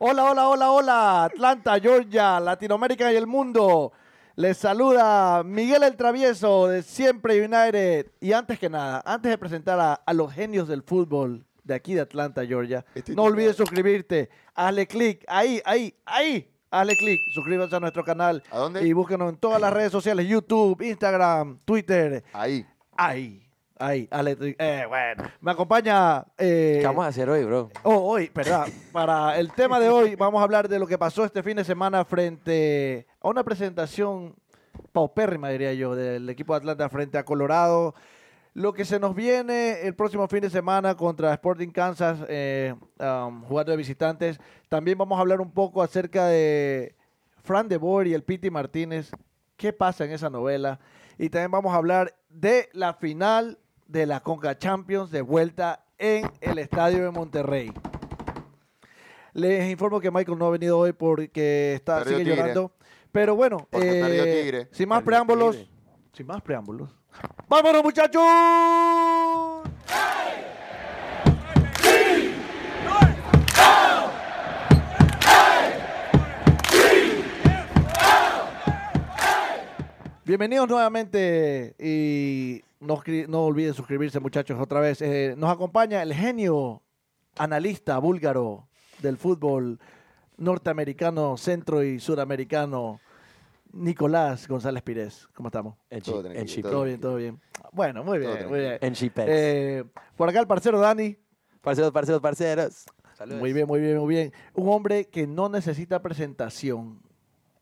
Hola, hola, hola, hola, Atlanta, Georgia, Latinoamérica y el mundo. Les saluda Miguel el Travieso de Siempre United. Y antes que nada, antes de presentar a, a los genios del fútbol de aquí de Atlanta, Georgia, Este no tipo- olvides suscribirte. Hazle clic, ahí, ahí, ahí. Hazle clic, suscríbanse a nuestro canal. ¿A dónde? Y búsquenos en todas las redes sociales, YouTube, Instagram, Twitter. Ahí. Ahí, ahí, hazle clic. Eh, bueno, me acompaña... eh, ¿Qué vamos a hacer hoy, bro? Oh, hoy, ¿verdad? Para el tema de hoy vamos a hablar de lo que pasó este fin de semana frente a una presentación paupérrima, diría yo, del equipo de Atlanta frente a Colorado. Lo que se nos viene el próximo fin de semana contra Sporting Kansas, eh, um, jugando de visitantes. También vamos a hablar un poco acerca de Fran de Boer y el Piti Martínez. ¿Qué pasa en esa novela? Y también vamos a hablar de la final de la Conca Champions de vuelta en el Estadio de Monterrey. Les informo que Michael no ha venido hoy porque está Perdió sigue Tigre. llorando. Pero bueno, Porque perdió eh, Tigre. sin más Perdió preámbulos, Tigre. sin más preámbulos. ¡Vámonos, muchachos! Bienvenidos nuevamente y no, escri- no olviden suscribirse muchachos otra vez. Eh, nos acompaña el genio analista búlgaro del fútbol norteamericano, centro y suramericano, Nicolás González Pires. ¿Cómo estamos? En Todo Chi- tranquilo, en Chi- Todo, bien, todo bien. Bueno, muy Todo bien, muy bien. en Chipex. Eh, por acá el parcero Dani. Parceros, parceros, parceros. Saludos. Muy bien, muy bien, muy bien. Un hombre que no necesita presentación.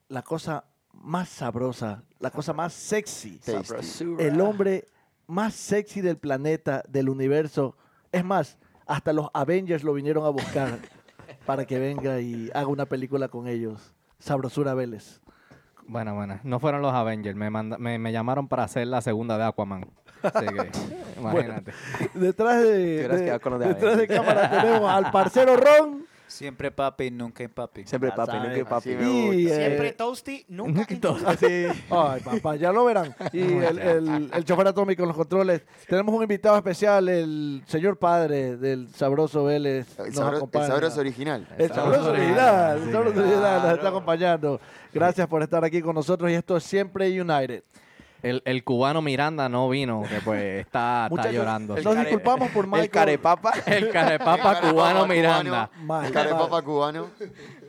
La cosa más sabrosa, la cosa más sexy. Tasty. Sabrosura. El hombre más sexy del planeta, del universo. Es más, hasta los Avengers lo vinieron a buscar para que venga y haga una película con ellos. Sabrosura Vélez. Bueno, bueno, no fueron los Avengers, me, manda- me, me llamaron para hacer la segunda de Aquaman. Así que, imagínate. Detrás de, hubieras de- quedado con los de detrás de Avengers. cámara tenemos al parcero Ron Siempre papi, nunca empapi. Siempre Ya papi, saben, nunca papi. así me y, gusta. eh, Siempre toasty, nunca entonces. Ay, papá, ya lo verán. Y el, el- el chofer atómico en los controles. Tenemos un invitado especial, el señor padre del Sabroso Vélez. El, nos sabro- el acompaña. sabroso original. El sabroso original, el sabroso claro. original nos está acompañando. Gracias por estar aquí con nosotros y esto es Siempre United. El, el cubano Miranda no vino, que pues está, está Muchachos, llorando. Nos disculpamos por Michael. El carepapa. El carepapa Carepapa cubano cubano. Miranda. Mal, El carepapa mal. cubano.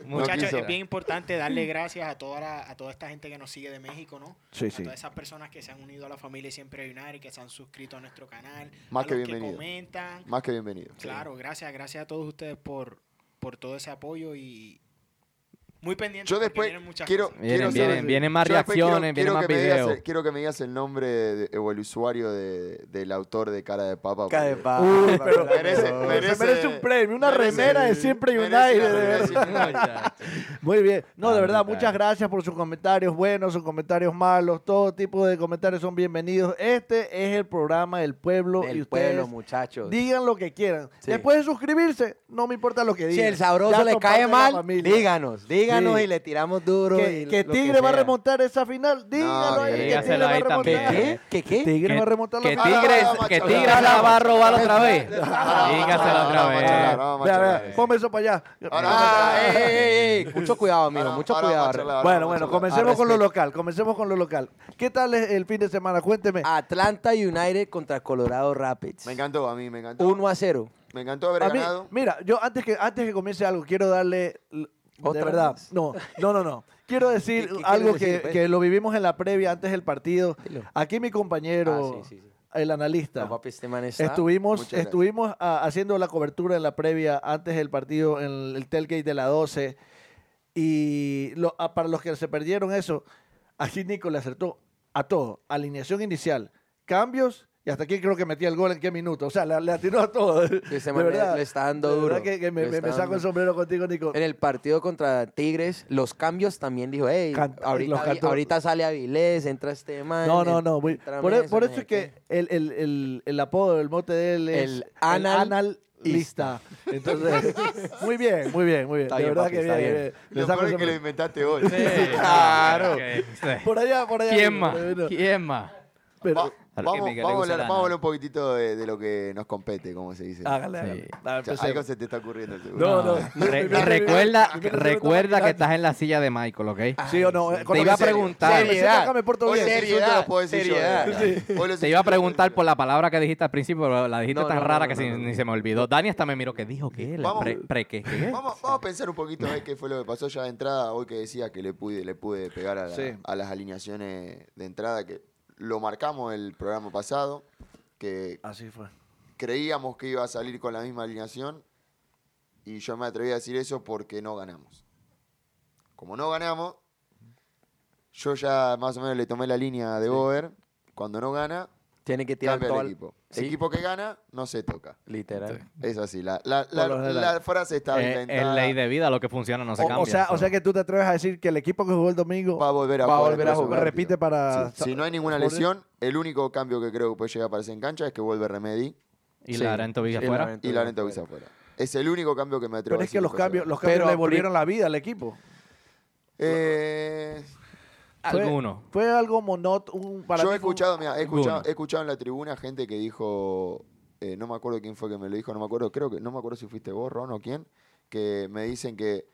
no Muchachos, quiso. es bien importante darle gracias a toda, la- a toda esta gente que nos sigue de México, ¿no? Sí, a sí. todas esas personas que se han unido a la familia Siempre United, que se han suscrito a nuestro canal. Más a que los bienvenido. que comentan. Más que bienvenido. Claro, gracias, gracias a todos ustedes por, por todo ese apoyo y muy pendiente. Yo después quiero, Vienen, quiero vienen, saber- vienen más yo después quiero- quiero reacciones, vienen más que me digas videos. el- Quiero que me digas el nombre de- o el usuario de- del autor de Cara de Papa. Cara de porque- papa. Uy, pero Merece- se merece- merece un premio, una merece- remera de Siempre merece United. de una remera de verdad. Siempre United. Muy bien. No, de Ah, verdad, brutal. muchas gracias por sus comentarios buenos, sus comentarios malos, todo tipo de comentarios son bienvenidos. Este es el programa del pueblo y El ustedes pueblo, muchachos. digan lo que quieran. Sí. Después de suscribirse, no me importa lo que digan. Si el sabroso Ya le son parte cae de la mal, familia. díganos, díganos Sí. y le tiramos duro. Que, y que lo Tigre va a sea. remontar esa final, díganlo ahí. Que dígaselo Tigre va a ahí ¿Qué? remontar. también. ¿Qué? ¿Qué? qué? Tigre va a Que- remontar la Que final. Tigres, Ah, que macho, Tigres la va a robar otra vez. Ah, Dígaselo ah, otra ah, ah, vez. ah, ah, Vea, vea, ah, ponme eso para allá. eh, Ah, Ah, ey, ey, ey, Mucho cuidado, amigo, Ahora- mucho ahora cuidado. vamos a charlar. Bueno, vamos a bueno, hablar. comencemos Ah, con lo respeto. local, comencemos con lo local. ¿Qué tal es el fin de semana? Cuénteme. Atlanta United contra Colorado Rapids. Me encantó a mí, me encantó. 1 a 0. Me encantó haber A mí- ganado. mira, yo antes que antes que comience algo, quiero darle l- de ¿Otra verdad. vez? No, no, no, no. Quiero decir ¿Qué- qué algo quieres decir, que, pues? que lo vivimos en la previa antes del partido. Dilo. Aquí mi compañero, Ah, sí, sí, sí. el analista. No, papi, este man está- Estuvimos, Muchas gracias. estuvimos ah, haciendo la cobertura en la previa antes del partido en el, tailgate de la 12. Y lo- ah, para los que se perdieron eso, aquí Nico le acertó a todo. Alineación inicial, cambios y hasta aquí creo que metía el gol en qué minuto. O sea, le, le atinó a todo. Este De man le- verdad, le está dando de verdad duro. que, que me, Le me- está me saco dando. el sombrero contigo, Nico. En el partido contra Tigres, los cambios también dijo, hey, Can- los ahorita, vi- cantó- ahorita sale Avilés, entra este man. No, no, en- no. muy- entra por, e- Mesa, por no eso sé es que qué. el, el- el- el apodo, el mote de él es El anal- analista. Entonces, muy bien, muy bien, muy bien. Está de bien, verdad papi, que está bien. bien. bien. Le Lo saco peor es el que lo sombrero. inventaste hoy. Sí, Claro. ok, sí. Por allá, por allá. ¿Quién Nico, más? bueno, ¿Quién más? pero- Va- Porque Vamos, Miguel le vamos a gusta hablar, la vamos a nada. hablar un poquitito de, de lo que nos compete, como se dice. Hágale, hágale. Sí. Ah, O sea, empecemos. algo se te está ocurriendo, seguro. No, no. Re- Primero- recuerda primero- primero recuerda estaba que estás en la silla de Michael, ¿ok? Sí o no. eh, con Te lo iba que a sea. preguntar. Sí, me siento acá, me porto Hoy los bien. insultos los puedo decir yo, de seriedad. verdad. Hoy los Te iba a insultos los preguntar por puedo la palabra que dijiste al principio, pero la dijiste No, tan no, no, rara no, que no, se- no, no. ni se me olvidó. Dani hasta me miró que dijo que la Vamos. pre, pre- ¿qué, qué? decir. Vamos, vamos a pensar un poquito a ver qué fue lo que pasó ya de entrada. Hoy que decía que le pude, le pude pegar a, la- Sí. a las alineaciones de entrada, que lo marcamos el programa pasado, que Así fue. creíamos que iba a salir con la misma alineación y yo me atreví a decir eso porque no ganamos. Como no ganamos, yo ya más o menos le tomé la línea de Boer. Cuando no gana, Tiene que tirar cambia todo el al- equipo. Sí. Equipo que gana, no se toca. Literal. Es así, la, la- la- lo general. la frase está Eh, es inventada. ley de vida, lo que funciona no se O, cambia. o sea, o so. sea que tú te atreves a decir que el equipo que jugó el domingo Va a volver a Va a jugar. el volver a próximo jugar. partido. repite para. Sí. Si no hay ninguna ¿Por- lesión, el único cambio que creo que puede llegar a aparecer en cancha es que vuelve Remedy Y Sí. la Arento Villa Sí, fuera. Laurent y Oviedo Larento Visa afuera. Es el único cambio que me atrevo Pero a es que decir los puede cambios, llegar. los cambios Pero le a pri- volvieron la vida al equipo. Eh, Fue- Alguno. Fue algo monótono. para yo mí he fue un- escuchado, mira, he escuchado, Ninguno. he escuchado en la tribuna gente que dijo, eh, no me acuerdo quién fue que me lo dijo, no me acuerdo, creo que no me acuerdo si fuiste vos, Ron o quién, que me dicen que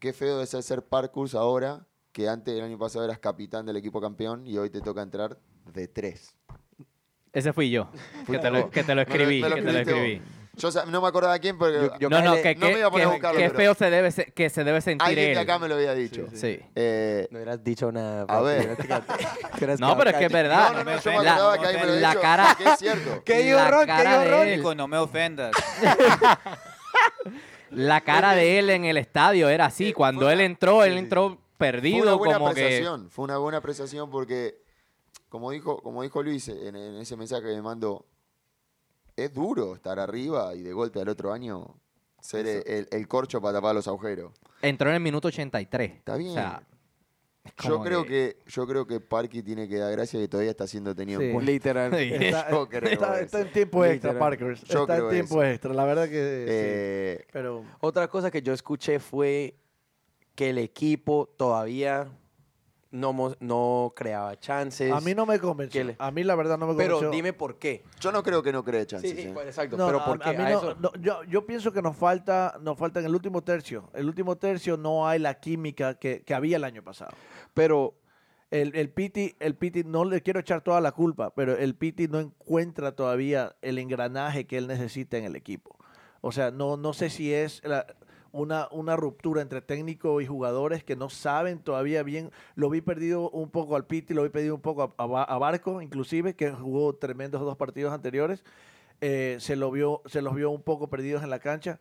qué feo de ser ser Parkus ahora, que antes el año pasado eras capitán del equipo campeón y hoy te toca entrar de tres. Ese fui yo. Que te Fuiste lo, vos. que te lo Me lo- escribí. me lo que te lo escribiste escribí. Yo sa- no me acordaba quién, pero Yo- yo- No, no, Cáele- que, no me que- iba a poner a que- buscarlo, que pero- feo se debe, se- que se debe sentir alguien él. que acá me lo había dicho. Sí. Eh, No hubieras dicho nada. A ver. No, pero es que es verdad. no, no, no, yo me La- acordaba que alguien me lo había la dicho, cara- que es cierto. ¿Qué dijo La Ron? ¿Qué cara dijo de Ron? él. Nico, no me ofendas. La cara de él en el estadio era Eh, así. Cuando él entró, él entró Fue una perdido, buena como que. apreciación, fue una buena apreciación porque, como dijo, como dijo Luis en, en ese mensaje que me mandó, es duro estar arriba y de golpe al otro año ser el, el- el corcho para tapar los agujeros. Entró en el minuto 83. Está bien. O sea, es Yo como creo que, yo creo que Parky tiene que dar gracias que todavía está siendo tenido Sí. en cuenta. Literal. Está, eh, Yo creo está- eso. está en tiempo extra, Literal. Parker. Yo Está en creo tiempo eso. extra. La verdad que. sí. Eh, Pero. Otra cosa que yo escuché fue que el equipo todavía no, mo- no creaba chances. A mí no me convenció. ¿Qué le- A mí la verdad no me convenció. Pero dime por qué. pues, Yo no creo que no cree chances. ¿eh? exacto. No, pero a- por a qué. mí A no- eso- no, yo, yo pienso que nos falta, nos falta en el último tercio. El último tercio no hay la química que, que había el año pasado. Pero El, el Piti, el Piti, no le quiero echar toda la culpa, pero el Piti no encuentra todavía el engranaje que él necesita en el equipo. O sea, no, no sé si es la- una, una ruptura entre técnico y jugadores que no saben todavía bien. Lo vi perdido un poco al Piti, lo vi perdido un poco a, a Ba- a Barco, inclusive, que jugó tremendos dos partidos anteriores. Eh, se, lo vio, se los vio un poco perdidos en la cancha.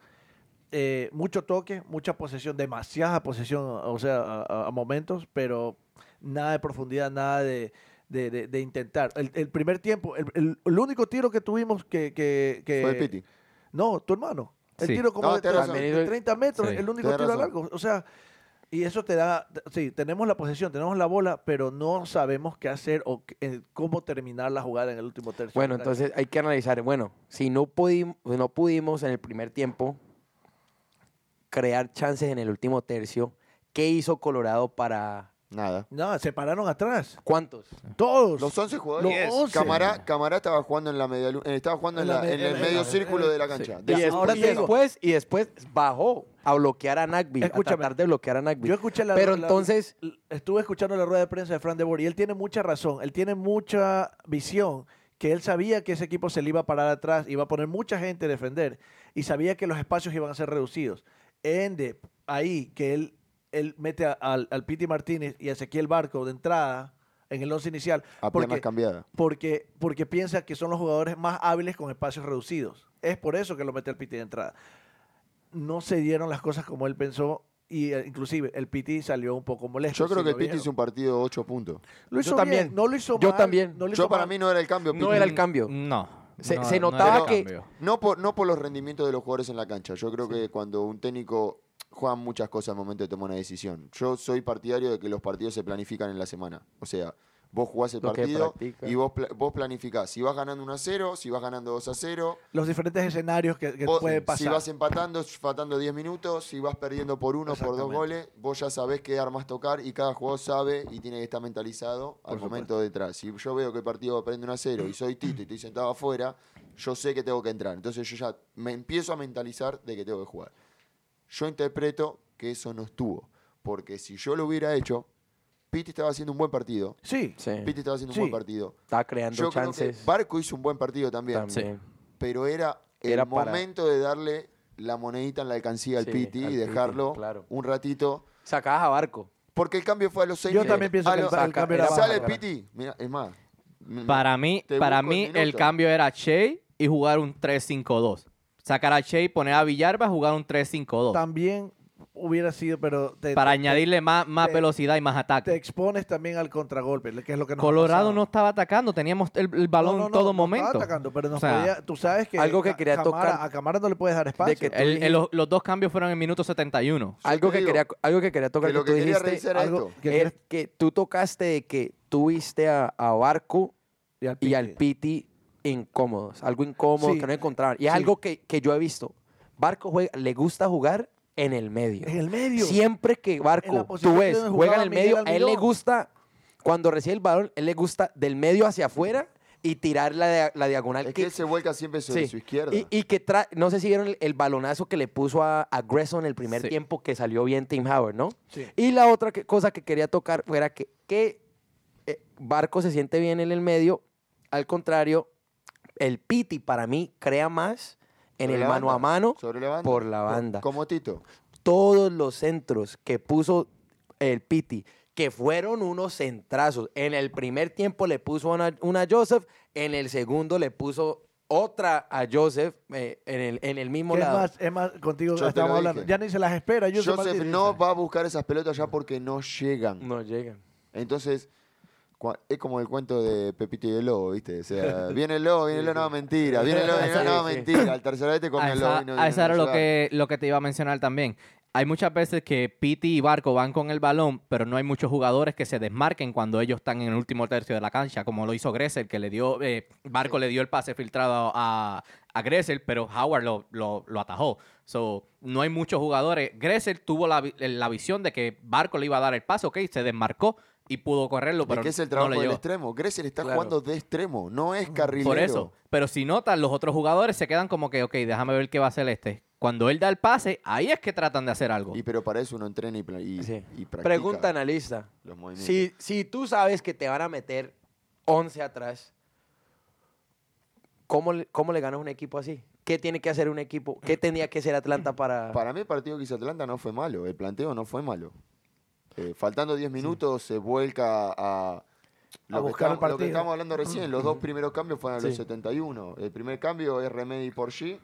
Eh, mucho toque, mucha posesión, demasiada posesión, o sea, a- a- a momentos, pero nada de profundidad, nada de, de- de- de intentar. El, el primer tiempo, el, el- el único tiro que tuvimos que... que, que- Fue el Piti. No, tu hermano. El Sí. tiro como No, de, tenés 30, razón. de 30 metros, Sí. el único Tenés tiro razón. largo. O sea, y eso te da... Sí, tenemos la posesión, tenemos la bola, pero no sabemos qué hacer o qué- eh, cómo terminar la jugada en el último tercio. bueno, entonces hay que analizar. Bueno, si no, pudi- no pudimos en el primer tiempo crear chances en el último tercio, ¿qué hizo Colorado para Nada. No, se pararon atrás. cuántos? Todos. Los 11 jugadores. Los 11. Camará, Camará estaba jugando en la media lu- eh, estaba jugando En en, la la- me- en el en la- medio en la- círculo de la cancha. De Y su- ahora y te digo- después y después bajó a bloquear a Nagby, a Escúchame, tratar de bloquear a Nagby. Yo escuché la Pero la- entonces, l- estuve escuchando la rueda de prensa de Fran de Boer y él tiene mucha razón, él tiene mucha visión, que él sabía que ese equipo se le iba a parar atrás, iba a poner mucha gente a defender y sabía que los espacios iban a ser reducidos. Ende, ahí que él, él mete a- al, al Piti Martínez y a Ezequiel Barco de entrada en el once inicial a piernas porque, cambiadas. porque, porque piensa que son los jugadores más hábiles con espacios reducidos. Es por eso que lo mete al Piti de entrada. No se dieron las cosas como él pensó y eh, inclusive el Piti salió un poco molesto. Yo creo sí que lo el Piti vieron. hizo un partido de 8 puntos. Lo hizo Yo también. también. No lo hizo Yo mal, también. no lo hizo Yo para mal. mí no era el cambio. No Piti. era el cambio. Mm, No. Se- no- se no era notaba el que- cambio. No por, no por los rendimientos de los jugadores en la cancha. Yo creo que cuando un técnico juega muchas cosas al momento de tomar una decisión. Yo soy partidario de que los partidos se planifican en la semana. O sea, Vos jugás el Lo que partido practica. y vos, pla- vos planificás si vas ganando 1 a 0, si vas ganando 2 a 0, Los diferentes escenarios que, que Vos, pueden Si pasar. vas empatando, faltando 10 minutos, si vas perdiendo por uno, por dos Exactamente. goles, vos ya sabés qué armas tocar y cada jugador sabe y tiene que estar mentalizado al momento detrás. Si yo veo que el partido prende 1 a 0 y soy Tito y estoy sentado afuera, yo sé que tengo que entrar. Entonces yo ya me empiezo a mentalizar de que tengo que jugar. Yo interpreto que eso no estuvo. Porque si yo lo hubiera hecho, Pitti estaba haciendo un buen partido. Sí. Sí. Pitti estaba haciendo Sí. un buen partido. Estaba creando Yo creo que chances. Barco hizo un buen partido también también. pero era el Era para- momento de darle la monedita en la alcancía al Sí, Piti al y dejarlo Piti, claro. un ratito. Sacabas a Barco. Porque el cambio fue a los seis Yo minutos. también pienso A que el, los- el cambio era era bajo. Sale baja. Piti. Mira, es más. m- Para mí, te para busco el mí el minuto. cambio era Shea y jugar un 3-5-2. Sacar a Shea, poner a Villarba, jugar un 3-5-2. También hubiera sido, pero te, Para te- añadirle más, más te- velocidad y más te ataque. expones también al contragolpe, que es lo que nos ha Colorado pasado. no estaba atacando, teníamos el, el balón No, no, en no, todo no momento. estaba atacando, pero nos O sea, podía- tú sabes que algo que Ca- quería Camara- tocar- a Cámara no le puedes dar espacio. que- el- el- los, los dos cambios fueron en minuto Yo 71. Algo te que, digo quería, algo que quería tocar que que, lo tú que quería dijiste. revisar era algo esto. que es quieres- que tú tocaste de que tuviste a, a Barco y al y al pique. Piti incómodos. Algo incómodo Sí. que no encontraban. Y es Sí. algo que, que yo he visto. Barco juega- le gusta jugar en el medio. En el medio. Siempre que En la Barco, posición tú que ves, jugaba juega en el Miguel medio, a él le Almirón. gusta, cuando recibe el balón, él le gusta del medio hacia afuera y tirar la, dia- la diagonal. Es que él se vuelca siempre sobre sí. su izquierda. Y, y que tra- no sé si vieron el, el balonazo que le puso a, a Grayson el primer Sí. tiempo que salió bien Tim Howard, ¿no? Sí. Y la otra que- cosa que quería tocar era que, que, eh, Barco se siente bien en el medio, al contrario, el Piti para mí crea más en Sobre el la mano banda, a mano sobre la banda. por la banda Co- Como Tito. todos los centros que puso el Piti, que fueron unos centrazos. En el primer tiempo le puso una, una a Joseph, en el segundo le puso otra a Joseph eh, en, el, en el mismo Que es lado. más, es más, contigo Yo te lo estamos hablando. dije. Ya ni se las espera. Joseph Joseph Martínez. no va a buscar esas pelotas ya porque no llegan. No llegan. Entonces, cua- es como el cuento de Pepito y el lobo, ¿viste? O sea, viene el lobo, viene el lobo, no, mentira. Viene el lobo, viene el lobo, no, Sí, sí. mentira. Al tercer vez te come A el lobo. esa, y no- a y esa no era lo llega. que, lo que te iba a mencionar también. Hay muchas veces que Piti y Barco van con el balón, pero no hay muchos jugadores que se desmarquen cuando ellos están en el último tercio de la cancha, como lo hizo Gressel, que le dio, eh, Barco le dio el pase filtrado a, a Gressel, pero Howard lo, lo- lo atajó. So, no hay muchos jugadores. Gressel tuvo la, vi- la visión de que Barco le iba a dar el pase, ok, se desmarcó y pudo correrlo, Porque pero es el no trabajo le del llegó. extremo. Gressel está Claro. jugando de extremo, no es carrilero. Por eso. Pero si notan, los otros jugadores se quedan como que, ok, déjame ver qué va a hacer este. Cuando él da el pase, ahí es que tratan de hacer algo. Y pero para eso uno entrena y, pla- y, Sí. y practica Pregunta analista. los movimientos. Si, si tú sabes que te van a meter 11 atrás, ¿cómo, le- cómo le ganas un equipo así? ¿Qué tiene que hacer un equipo? ¿Qué tenía que hacer Atlanta para...? Para mí el partido que hizo Atlanta no fue malo, el planteo no fue malo. Eh, faltando 10 minutos se vuelca a... Lo, que buscar el estamos- lo que partido. estábamos hablando recién, los dos primeros cambios fueron a los Sí. 71. El primer cambio es Remedy por G.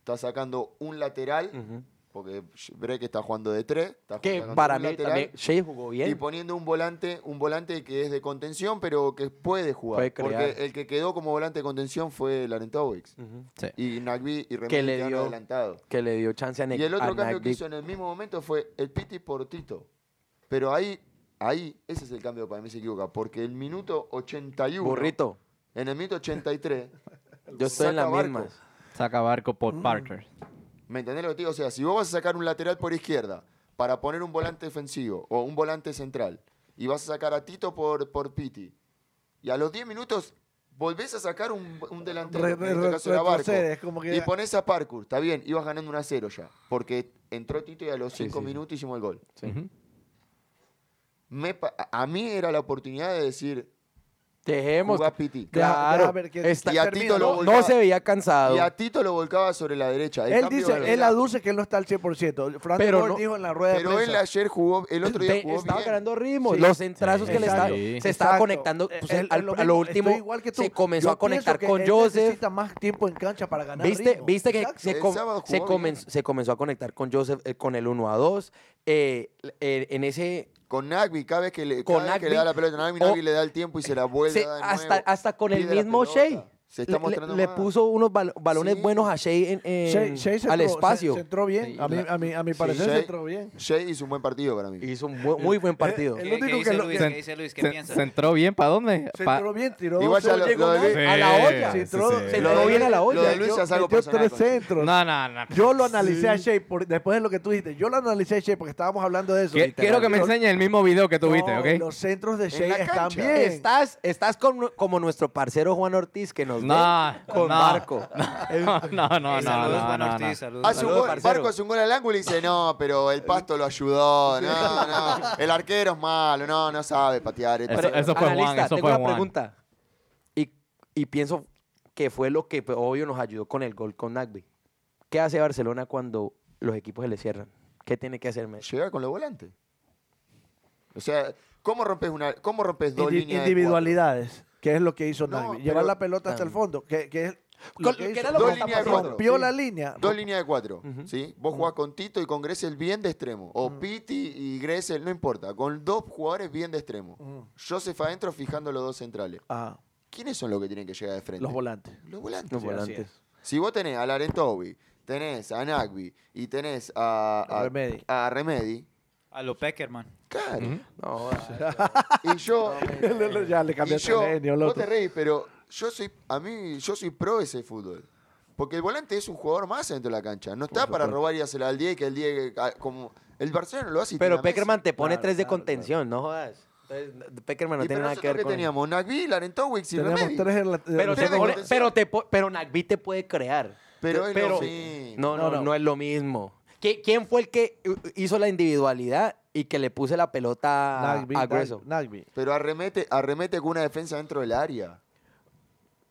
Está sacando un lateral, Ujú. porque Breck está jugando de tres. está Mm. Que sacando para un mí lateral. también... Shea jugó bien. Y poniendo un volante, un volante que es de contención, pero que puede jugar. Puede crear. porque el que quedó como volante de contención fue Larentowicz. Ujú. Y Nagby y Que le Remedy dio- adelantado. que le dio chance a Nick. Y el otro a cambio Nick que Dick. hizo en el mismo momento fue el Piti por Tito. Pero ahí, ahí, ese es el cambio para mí se equivoca. Porque el minuto 81. Burrito, En el minuto 83. yo estoy saca en las Barco. mismas. Saca Barco por Mm. Parker. ¿Me entendés lo que te digo? O sea, si vos vas a sacar un lateral por izquierda para poner un volante defensivo o un volante central y vas a sacar a Tito por, por Piti y a los 10 minutos volvés a sacar un, un delantero, Re- que en re- este re- caso era Barco, retrocedes, como que- y pones a Parkour, está bien, ibas ganando un a 0 ya, porque entró Tito y a los 5 minutos hicimos el gol. Ujú. Me pa- a a mí era la oportunidad de decir, Dejemos. jugá Piti. Deja- deja Claro. ver que- Está- Y a termina, Tito lo ¿no? volcaba- no se veía cansado. Y a Tito lo volcaba sobre la derecha. El Él cambio dice, era- él eh, aduce que él no está al 100%. Frank Pero Ford no- dijo en la rueda de Pero prensa. él ayer jugó, el otro día Te- jugó estaba bien. ganando ritmo. Sí. Los centrazos Sí. que le estaba, Exacto. se estaba Exacto. conectamente Eh, pues, eh, al- es lo a lo mismo, último estoy igual que tú. se comenzó Yo a conectar pienso con que él Joseph. necesita más tiempo en cancha para ganar ¿Viste, ritmo. viste que Exacto. se, El com- sábado se, jugó comenzó, se comenzó a conectar con Joseph eh, con el 1 a 2? Eh, eh, en ese Con Nagby, cada vez que le, Con cada vez que Nagby, le da la pelota a Nagby, o- Nagby le da el tiempo y se la vuelve se- a dar de hasta, nuevo. hasta con el Pide la mismo pelota. Shea. Se está le- le, mostrando le más. puso unos bal- balones Sí. buenos a Shea, en- en- Shea- Shea se al entró- se- espacio. Se, entró bien. Sí, a, mí- a mi, a mi parecer Shea- se entró bien. Shea hizo un buen partido para mí. Hizo un buen- muy buen partido. El ¿Qué, único qué dice que lo- Luis? se- ¿Qué dice Luis? ¿Qué Se, piensa? se entró bien, ¿para dónde? Se Pa- entró bien, tiró. Igual dos, ya no lo- llegó lo de nada. Luis- a la olla. Sí, Sí, entró- sí. se Lo de- entró bien a la lo olla. de Luis Yo- es algo metió personal tres para mí. centros. No, no, no. Yo lo analicé a Shea por- después de lo que tú dijiste. Yo lo analicé a Shea porque estábamos hablando de eso. Qui- Quiero que me Los- enseñes el mismo video que tuviste, No, ¿ok? Los centros de Shea la están cancha. bien. Estás, estás con- como nuestro parcero Juan Ortiz que nos No, ve con no. Marco. No, no, no, Eh, saludos, no, Juan no, no. Ortiz, saludos. Hace un Saludos, gol, parcero. Barco hace un gol al ángulo y dice, no, pero el pasto lo ayudó, no, no, el arquero es malo, no, no sabe patear. Eso- Pero- eso fue Juan, Analista, eso tengo fue una Juan. pregunta. Y, y pienso que fue lo que pues, obvio nos ayudó con el gol con Nagby. ¿Qué hace Barcelona cuando los equipos se le cierran? ¿Qué tiene que hacer Messi? Llega con los volantes. O sea, ¿cómo rompes, una, cómo rompes dos Indi- líneas? de individualidades, que es lo que hizo No, Nagby. pero- Llevar la pelota hasta el fondo, que, que es lo Con- que que hizo. era lo que Dos está líneas de pasando. rompió Sí. la línea. cuatro? Dos líneas de cuatro, Ujú. ¿sí? Vos jugás con Tito y con Gressel bien de extremo, o Pitti y Gressel, no importa, con dos jugadores bien de extremo. Ujú. Joseph adentro fijando los dos centrales. Ajá, ¿Quiénes son los que tienen que llegar de frente? Ah, los volantes. Los volantes. Los Sí, así volantes. es. Si vos tenés a Larentobi, tenés a Nagby y tenés a, a- Remedy. a Remedy, A lo Peckerman. claro. No, Y yo, ya le y cambiaste yo el genio, vos loco. te reís, pero yo soy, a mí, yo soy pro de ese fútbol. Porque el volante es un jugador más dentro de la cancha. No está para robar y hacerla al 10, que el 10, que- ah, como el Barcelona lo hace. y tiene Pero a Messi. Peckerman te pone Claro, tres de claro, contención, no jodas. Entonces, Peckerman no Y tiene pero nada que nosotros ver que con teníamos Nagby, Larentowi y Tenemos Remedy. tres en la- Pero, te nosotros- de pone- contención. pero, te po- pero Nagby te puede crear. Pero Te- es lo mismo. No, No, no, no. no, es lo mismo. ¿Qui- ¿Quién fue el que uh, hizo la individualidad y que le puse la pelota a- Nagby, a Nagby, Ah, Grueso? Nagby. Pero arremete, arremete con una defensa dentro del área.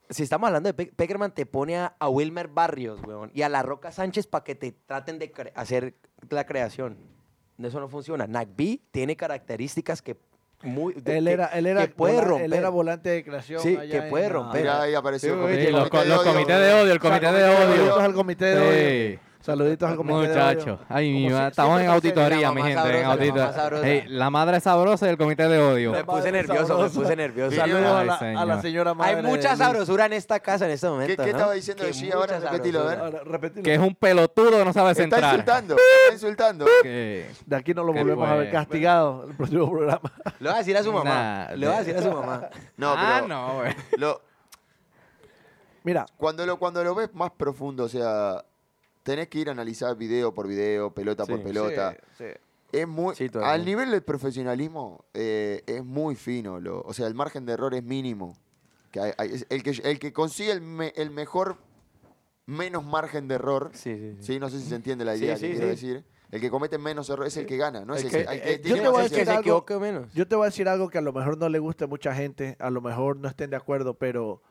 Si estamos hablando de Pe- Peckerman, te pone a, a Wilmer Barrios, weón, y a La Roca Sánchez para que te traten de cre- hacer la creación. Eso no funciona. Nagby tiene características que muy de- Él que- era, él era, que puede vola- romper. él era volante de creación. Sí, allá que en- puede Ah, romper. Mira, mira. ahí apareció. Sí, el oye, Sí, los los, co- los comités de odio, el comité de Saludos odio. al comité de Sí. odio. Saluditos al comité de Muchachos, odio. ay, mi Como madre, si- siempre está estamos en serio. auditoría, la mi mamá gente, en sabrosa, la mamá auditoría. sabrosa. Ey, la madre sabrosa del comité de odio. Me puse nervioso, me sabrosa. puse nervioso. Saludos a la, Ay, a la señor. señora madre. Hay de mucha Luis. sabrosura en esta casa en este ¿Qué, momento. qué ¿no? estaba diciendo Que de G ahora? mucha Repetilo, a ver. sabrosura. Ahora, repetilo. Que es un pelotudo, no sabe Está centrar. insultando, está insultando. Que- De aquí no lo Qué volvemos a ver bueno. castigado el próximo programa. Le voy a decir a su mamá. Nah, le voy a de- decir a su mamá. No, pero ah, no, güey. lo- Mira, cuando, lo, cuando lo ves más profundo, o sea, tenés que ir a analizar video por video, pelota por pelota. Es muy, Sí, todavía. al nivel del profesionalismo eh, es muy fino, lo- o sea, el margen de error es mínimo. Que hay- hay- es el, que, el que consigue el, me- el mejor menos margen de error, Sí, sí, sí. ¿sí? no sé si se entiende la Sí, idea sí, que quiero sí. Eh, decir, el que comete menos error es el que gana, no es El el, el que eh, tiene yo te más voy a ese decir que ansiedad. se algo. equivoque menos. yo te voy a decir algo que a lo mejor no le guste a mucha gente, a lo mejor no estén de acuerdo, pero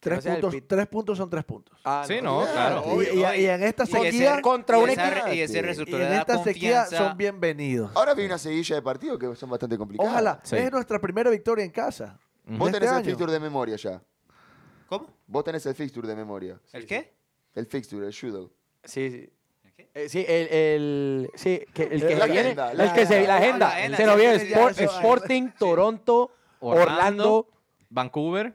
Que no tres, sea el puntos, pit. tres puntos son tres puntos. Ah, Sí, no, claro. Y, y- y en esta Y ese- sequía, contra y un esa- equipo. Y ese y resultado en le da esta sequía confianza. son bienvenidos. Ahora vi una seguilla de partidos que son bastante complicadas. Ojalá, Sí. es nuestra primera victoria en casa. de Vos este tenés el año. fixture de memoria ya. ¿Cómo? Vos tenés el fixture de memoria. ¿El qué? El fixture, el judo. Sí, sí. ¿Qué? Eh, sí, el, el, sí, que, el que La se viene, agenda, la el que se, agenda. la Ah, agenda, la agenda, se nos sí, viene sí, Spor- sí, sí. Sporting, Toronto, Orlando. Orlando, Vancouver,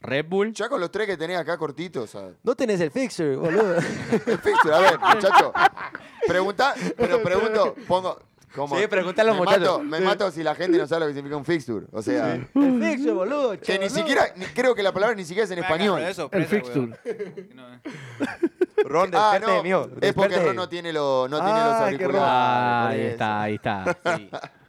Red Bull. Ya con los tres que tenés acá cortitos, o sea, No tenés el fixture, boludo. el fixture, a ver, muchacho. Pregunta, pero pregunto, pongo. ¿cómo? Sí, pregúntale a los me muchachos. Mato, me mato si la gente no sabe lo que significa un fixture. O sea, el fixture, boludo. que ni boludo. siquiera, ni- creo que la palabra ni siquiera es en Me agarró español. de sorpresa, El fixture. weón. No, eh. Ron, Ah, despierte, no, mijo. es porque despierte. Ron no tiene, lo- no Ah, tiene los que auriculares. Ron- Ah, ahí por está, ahí está.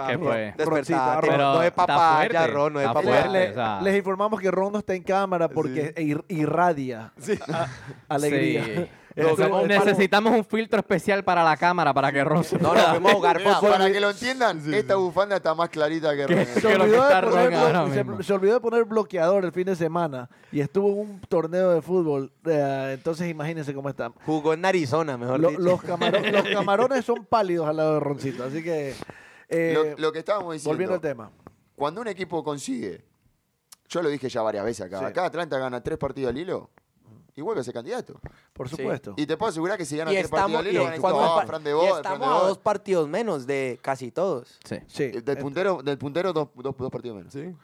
Ah, ¿Qué Ron, fue? Despertate, Roncito, Pero no es está papaya, fuerte, Ron, no es está papaya. fuerte, Le- o sea. les informamos que Ron no está en cámara porque ir- irradia a- alegría. Sí. Estuvo- Nos- estuvo- necesitamos un filtro especial para la cámara para que Ron se- No, no, fuimos a jugar Mirá, fútbol. para que lo entiendan, esta bufanda está más clarita que Ron. Se que lo que olvidó, de está poner, Ron ahora blo- se- mismo. se olvidó de poner bloqueador el fin de semana y estuvo en un torneo de fútbol. eh, entonces imagínense cómo está. Jugó en Arizona, mejor Lo- dicho. los, camaro- los camarones son pálidos al lado de Roncito. Así que, eh, Lo, lo que estábamos diciendo. volviendo al tema. Cuando un equipo consigue, yo lo dije ya varias veces acá, Sí. acá Atlanta gana tres partidos al hilo y vuelve a ser candidato. Por Sí. supuesto. Y te puedo asegurar que si gana y tres partidos estamos, al y hilo, van a decir, cuando- "Oh, Fran de y Boa, Fran estamos de a Boa". dos partidos menos de casi todos. Sí. Sí. Eh, Del puntero, del puntero dos, dos- dos partidos menos.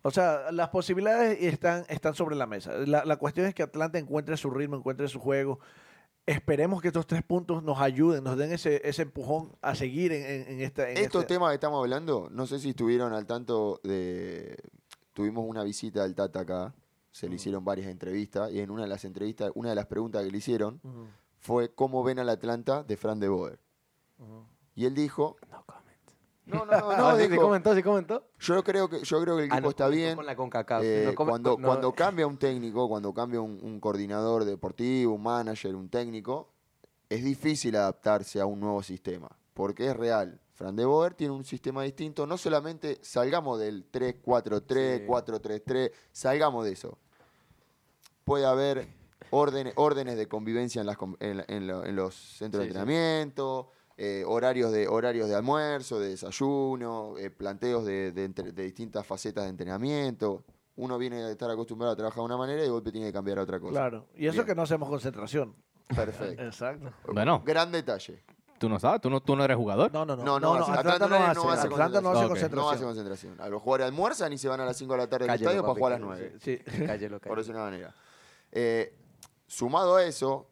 O sea, las posibilidades están, están sobre la mesa. La, la cuestión es que Atlanta encuentre su ritmo, encuentre su juego. Esperemos que estos tres puntos nos ayuden, nos den ese, ese empujón a seguir en, en- en esta... en Estos este- temas que estamos hablando, no sé si estuvieron al tanto de. Tuvimos una visita al Tata acá, se le hicieron varias entrevistas, y en una de las entrevistas, una de las preguntas que le hicieron Ujú, fue: ¿Cómo ven al Atlanta de Fran de Boer? ujú. Y él dijo: No comment. No, no, no, Ah, no, sí, sí dijo, comentó, sí comentó. yo, creo que, yo creo que el Ah, equipo no, está comentó bien. Con la CONCACAF. Eh, no come- cuando, no- cuando cambia un técnico, cuando cambia un, un coordinador deportivo, un manager, un técnico, es difícil adaptarse a un nuevo sistema, porque es real. Fran de Boer tiene un sistema distinto, no solamente salgamos del 3-4-3, Sí. 4-3-3, salgamos de eso. Puede haber órdenes, órdenes de convivencia en, las, com- en, la- en lo- en los centros de Sí, sí. entrenamiento, eh, horarios, de, horarios de almuerzo, de desayuno, eh, planteos de, de entre- de distintas facetas de entrenamiento. Uno viene a estar acostumbrado a trabajar de una manera y de golpe tiene que cambiar a otra cosa. Claro. Y eso Bien. que no hacemos concentración. Perfecto. Exacto. Bueno, Gran detalle. tú no sabes, tú no, tú no eres jugador. No, no, no. No, no, hace- Atlanta, no hace. Atlanta no hace Ok. No hace concentración. concentración. A los jugadores almuerzan y se van a las 5 de la tarde Cállelo, al estadio para papi, jugar a las cállelo, 9. Sí. Cállelo, Por cállelo. decirlo de una manera. Eh, sumado a eso,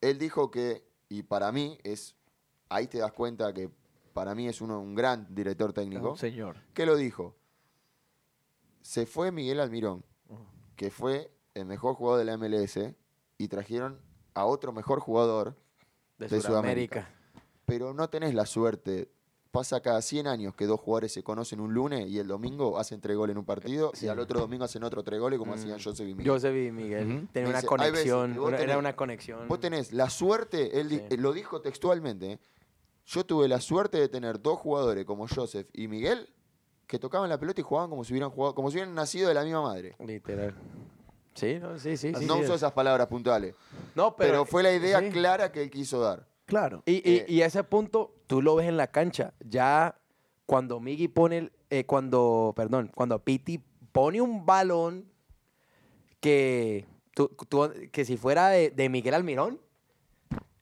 él dijo que, y para mí es, ahí te das cuenta que para mí es uno, un gran director técnico, Un Señor. que lo dijo. Se fue Miguel Almirón, que fue el mejor jugador de la MLS, y trajeron a otro mejor jugador, De, de Sudamérica. pero no tenés la suerte. Pasa cada 100 años que dos jugadores se conocen un lunes y el domingo hacen tres goles en un partido y al otro domingo hacen otro tres goles como Mm. hacían Joseph y Miguel. Joseph y Miguel. Ujú. Tenía Me una dice, hay veces que conexión. vos una- tenés- era una conexión. Vos tenés la suerte, él di- Mm. Sí. lo dijo textualmente, ¿eh? yo tuve la suerte de tener dos jugadores como Joseph y Miguel que tocaban la pelota y jugaban como si hubieran jugado, como si hubieran nacido de la misma madre. Literal. Sí, no, sí, sí. sí, no sí. uso esas palabras puntuales, No, pero, fue la idea sí. clara que él quiso dar. Claro. Y, y- Eh, y ese punto tú lo ves en la cancha. Ya cuando Miggy pone, el- eh, cuando, perdón, cuando Piti pone un balón que, tú- tú- que si fuera de, de Miguel Almirón,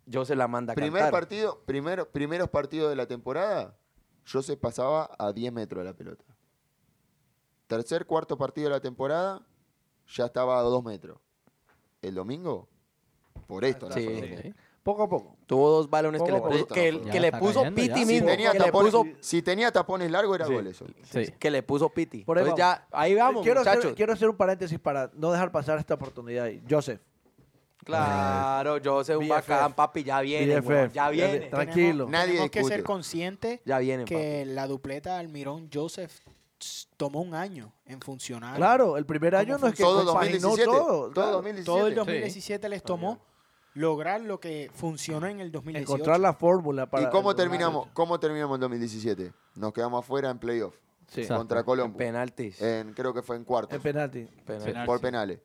yo se la manda a Primer cantar. partido, primero, primeros partidos de la temporada, Joseph pasaba a 10 metros de la pelota. Tercer, cuarto partido de la temporada, ya estaba a 2 metros. El domingo, por esto. no Sí. fue domingo. Sí. Poco a poco. Tuvo dos balones que le, Poco a puso- poco. que, Ya que le está puso cayendo, ya. Piti Sí, Si mismo. tenía, que le tapones, puso si tenía tapones largos era Sí. gol eso. Sí. que le puso Piti. Por ahí Entonces ya, ahí vamos, quiero, muchachos. hacer, quiero hacer un paréntesis para no dejar pasar esta oportunidad. Joseph. Claro, yo sé un BFF. bacán, papi, ya viene, BFF. weón, ya viene. Tra- Tranquilo. Tenemos, Nadie tenemos que discute. ser conscientes Ya viene, papi. que la dupleta Almirón Joseph s- tomó un año en funcionar. Claro, el primer ¿Cómo año no es que Ah. Todo compaginó 2017. todo. Todo, claro. 2017. Todo el Sí. 2017 les Oh, tomó lograr lo que funcionó en el 2018. Encontrar la fórmula para. ¿Y cómo terminamos, cómo terminamos en 2017? Nos quedamos afuera en playoff Sí. Exacto. contra En Colombia. penaltis. creo que fue en cuartos. En penalti. Eh, Penaltis. por penales.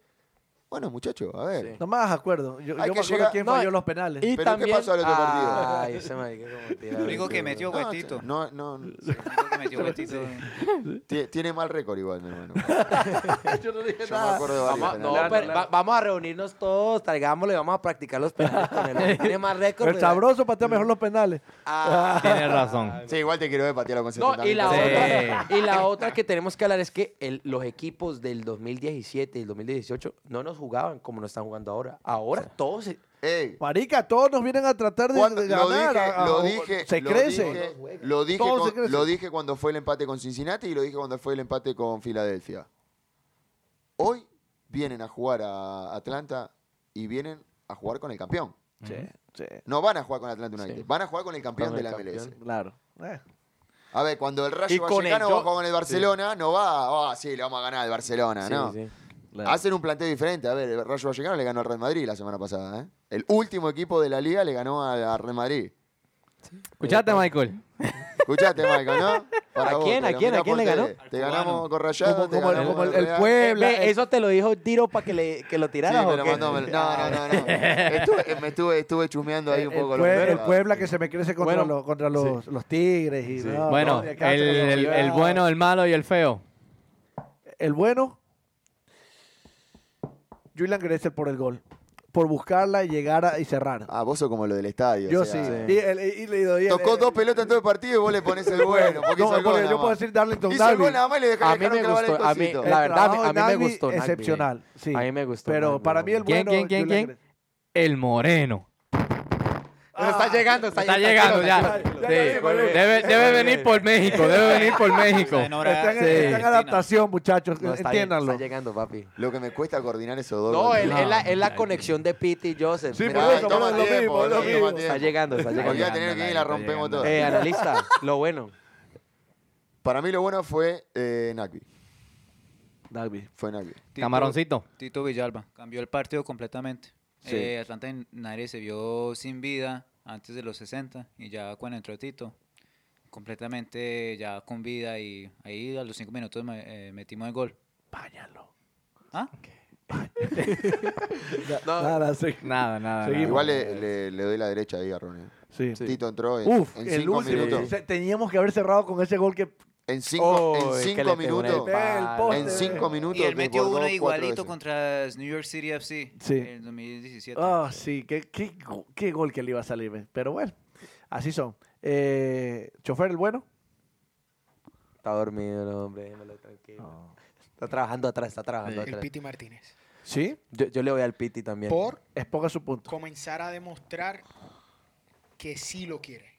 Bueno, muchachos, a ver. Sí. No me hagas acuerdo. Yo, yo me Hay que acuerdo llegar- quién no, falló los penales. Y ¿Pero qué también... pasó al otro partido? Ay, ese marica como tira. Lo único que de- metió Huetito. No, no, no. Sí, lo único que metió eh. Huetito. Tie- tiene mal récord igual, mi hermano. Yo me acuerdo de varios Vamos, no, penales. pero va- vamos a reunirnos todos, traigámoslo y vamos a practicar los penales con él. Tiene más récord. el pero- sabroso Mm. patea mejor los penales. Ah. Tienes razón. Sí, igual te quiero ver patearlo con No, y la, 70.000 pesos. otra, y la otra que tenemos que hablar es que el- los equipos del 2017 y el 2018 no nos jugaban como nos están jugando ahora. Ahora todos... se- Ey, Marica, todos nos vienen a tratar de, cuando- de lo ganar. dije, a- a- lo dije, se lo crece. dije- lo, dije Todo se con- crece. lo dije cuando fue el empate con Cincinnati y lo dije cuando fue el empate con Filadelfia. Hoy vienen a jugar a Atlanta y vienen a jugar con el campeón. Sí, sí, No van a jugar con Atlanta United, Sí. van a jugar con el campeón Con de el la MLS. campeón. claro. Eh, A ver, cuando el Y Rayo con Vallecano el va a yo- jugar con el Barcelona, no va, ah, sí, le vamos a ganar al Barcelona, Sí, Ah, no. sí. claro. Hacen un planteo diferente. A ver, el Rayo Vallecano le ganó al Real Madrid la semana pasada. ¿eh? El último equipo de la liga le ganó al al Real Madrid. Escuchaste, Michael. Escuchaste, Michael, ¿no? ¿A quién, te a lo quién, a miramos quién por le ganó? tele. Al Te cubano. ganamos con Rayado. Como, te como el, ganamos como el- con el Real. Eh, Puebla. ve, el- eso te lo dijo Tiro para que, le- que lo Sí, tiraras. me ¿o lo qué? mandó, me lo- No, no, no. no. Estuve, me estuve, estuve chumeando ahí eh, el un poco. Pue- los el primeros. Puebla que se me crece contra, Bueno, los, contra los, los Tigres. Y, no, bueno, no, de acá el, se lo el- lleva. el bueno, el malo y el feo. El bueno, Julian Gressel por el gol. por buscarla y llegar a- y cerrar. Ah, vos sos como lo del estadio. yo o sea, sí. Y, el- y le doy el- Tocó el- dos pelotas en todo el partido y vos le pones el bueno. Porque, No, hizo el gol porque nada yo puedo más. decir Darlington Hizo el Nagby. gol nada más y le dejaron, A mí me dejaron clavar gustó, a el mí- cosito. El La verdad, a mí- trabajo de a mí me Nagby, gustó Nagby, eh. Excepcional, sí. A mí me gustó. Pero Nagby, para mí el hombre. bueno... ¿Quién, quién, yo quién, le quién? agre- El moreno. está llegando, está, Está llegando ya, ya. ya, Sí. ya, ya, ya. Debe, debe venir por México, debe venir por México. Está en hora Está en, Sí. está en argentina. adaptación, muchachos. No, está, bien, entiéndanlo. está llegando, papi. Lo que me cuesta coordinar esos dos. No, goles. es, es la, es la conexión de Pete y Joseph. Sí, Mira, por Ay, eso, por toma eso, lo tiempo, mismo, es lo toma mismo. tiempo. está llegando, está Porque llegando. va a tener que ir y la rompemos toda. Eh, analista, lo bueno. Para mí lo bueno fue eh, Nagby. Nagby. Fue Nagby. Tito- Camaroncito. Tito Villalba cambió el partido completamente. Sí. Eh, Atlanta en- nadie se vio sin vida antes de los 60 y ya cuando entró Tito, completamente ya con vida y ahí a los 5 minutos me- eh, metimos el gol. Váyalo. ¿Ah? Nada, sí. Nada, nada. Seguimos. nada. Igual le, le- le doy la derecha ahí a Ronnie. Sí. Tito entró en, Uf, en el cinco último. minutos. Se- Teníamos que haber cerrado con ese gol que... En cinco, Oh, en es que cinco le pegó en el minutos. palo. El poste, En cinco minutos. Y él metió desbordó uno cuatro igualito veces. contra New York City FC Sí. en 2017. Ah, sí, qué, qué, go- qué gol que le iba a salir. Pero bueno, así son. Eh, Chofer, el bueno. Está dormido, no, hombre, déjalo tranquilo. Está trabajando atrás, está trabajando El atrás. Piti Martínez. Sí. Yo, yo le voy al Piti también. Por Exponga su punto. comenzar a demostrar que sí lo quiere.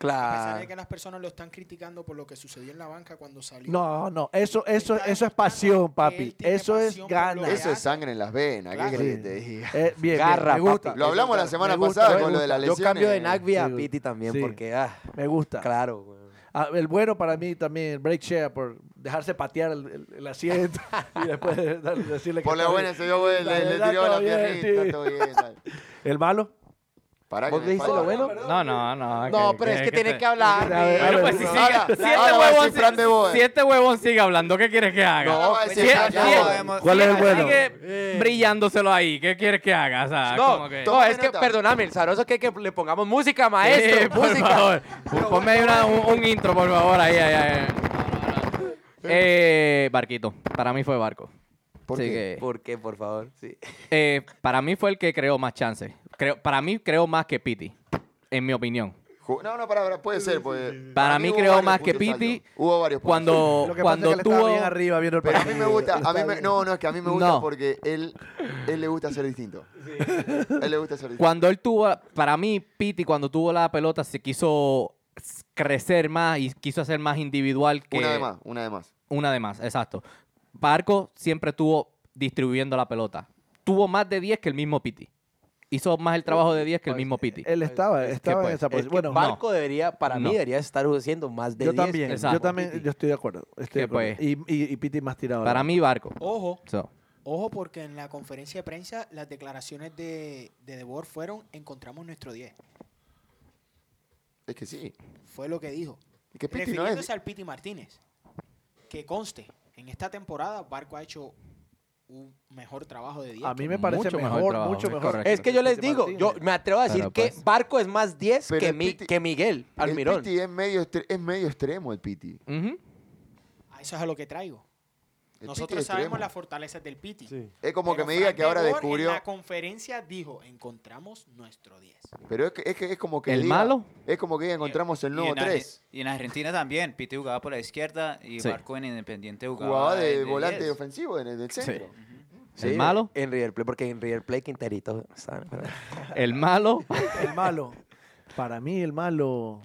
A pesar de Ah. Claro. que las personas lo están criticando por lo que sucedió en la banca cuando salió. No, no, eso, eso, eso Está es demostrando pasión, que papi. él tiene Eso es pasión por lo ganas. que Eso es hace. sangre en las venas. ¿Qué Claro. querés Sí. que te diga? Eh, bien, bien, Garra, me gusta. papi. Lo hablamos la semana me gusta, pasada me con lo de las Yo lesiones. cambio de Nagby a Sí. Piti también, Sí. porque, ah, Me gusta. claro, güey. Ah, el bueno para mí también, el break share, por dejarse patear el, el- el asiento y después de- de- decirle que. Por la está buena bien. se dio vuelta, La le, le verdad, tiró la todo bien, piernita, sí. todo bien. dale. ¿El malo? Pará ¿Vos que le me dices falta. lo bueno? No, no, no. No, pero es Ah, que tiene que hablar. A ver, a Bueno, ver, pues si no. sigue, Ahora- si este ahora va a huevón decir Fran de Boer. sigue, si este huevón sigue hablando, ¿qué quieres que haga? No, pues, Si- sí, si- ya, ya, si- ya. ¿Cuál si es el él bueno? Sigue brillándoselo ahí, ¿qué quieres que haga? O sea, No, como que... no, es Ah, que, nota. perdóname, el sabroso es que, que le pongamos música, maestro, Sí, por música. favor. Ponme ahí una- un, un intro, por favor, ahí, ahí, ahí. Eh, barquito, para mí fue Barco. ¿Por Así qué? que- ¿Por qué, por favor? Sí. Eh, para mí fue el que creó más chances. Creo, para mí creó más que Piti, en mi opinión. Ju- No, no, pará, pará, puede ser. Porque Para mí hubo creo varios más que puntos altos. Piti Hubo varios puntos. Cuando, Lo que cuando pasa es que él estaba tuvo... bien arriba viendo el Pero a partido. mí me gusta, Él a mí estaba me, bien. no, no, es que a mí me gusta No. porque él, él le gusta ser distinto. Él le gusta ser distinto. Cuando él tuvo, para mí, Piti, cuando tuvo la pelota, se quiso s- crecer más y quiso hacer más individual que Una de más, una de más. Una de más, exacto. Barco siempre estuvo distribuyendo la pelota. Tuvo más de 10 que el mismo Piti. Hizo más el trabajo de 10 que el mismo Piti. Él estaba, estaba pues, en esa Es posición. que Bueno, Barco debería, para No. mí, debería estar haciendo más de yo 10 también, exacto. yo también, yo estoy de acuerdo. estoy de Que, pues, acuerdo. Y, y, y Piti más tirado. Para mí, Barco. Ojo, So, ojo, porque en la conferencia de prensa las declaraciones de, de De Boer fueron encontramos nuestro 10. Es que sí. Fue lo que dijo. Es que Piti no refiriéndose es. al Piti Martínez. Que conste, en esta temporada Barco ha hecho un mejor trabajo de 10. A mí que- me parece Mucho mejor mejor, trabajo, mucho es mejor. correcto. Es que yo les Piti digo, Martínez. yo me atrevo a decir Pero, que pues. Barco es más 10 Pero que, el mi- Piti- que Miguel El Almirón. Piti es medio, estre- es medio extremo el Piti. ujú. A Ah, eso es a lo que traigo. El Piti Nosotros es sabemos extremo. las fortalezas del Piti. Es como que Pero me diga Frank que ahora De Boer descubrió. En la conferencia dijo, encontramos nuestro 10. Pero es que es, que, es como que. ¿El diga- malo? Es como que diga, encontramos el Y nuevo en Arge- 3. Y en Argentina también, Piti jugaba por la izquierda y Sí. Barco en Independiente jugaba, Jugaba de volante 10. ofensivo en el del centro. ¿El malo? En River Plate, porque en River Plate Quinterito. está- El malo. El malo. Para mí, el malo.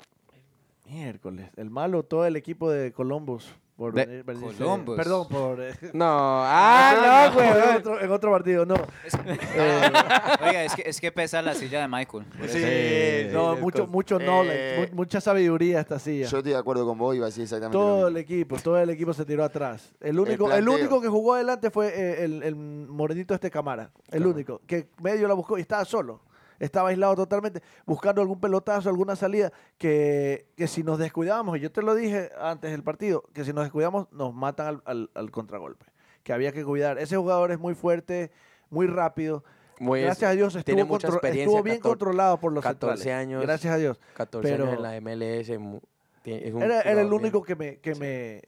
Miércoles. El malo, todo el equipo de Columbus. Por De- venir- venirse- Columbus. Perdón, por. eh, No, ah, no, En güey. otro, en otro partido, no. Es- Ah, Oiga, es que, es que pesa la silla de Michael. Pues, por eso. Sí, Eh, no, sí, mucho, con- mucho eh, knowledge, mu- mucha sabiduría esta silla. Yo estoy de acuerdo con vos, iba a decir exactamente. lo Todo el mismo. equipo, todo el equipo se tiró atrás. El único, el, planteo. único que jugó adelante fue eh, el, el morenito este Camara. El único. Que medio la buscó y estaba solo. Estaba aislado totalmente, buscando algún pelotazo, alguna salida, que, que si nos descuidábamos, y yo te lo dije antes del partido, que si nos descuidamos nos matan al, al- al contragolpe, que había que cuidar. Ese jugador es muy fuerte, muy rápido. Muy- Gracias a Dios Pues, tiene estuvo, mucha contro- experiencia, estuvo bien 14 controlado por los 14 centrales. años. Gracias a Dios. 14 años Pero- en la MLS. mu- tiene- es un Era, era el jugador único bien. que me, que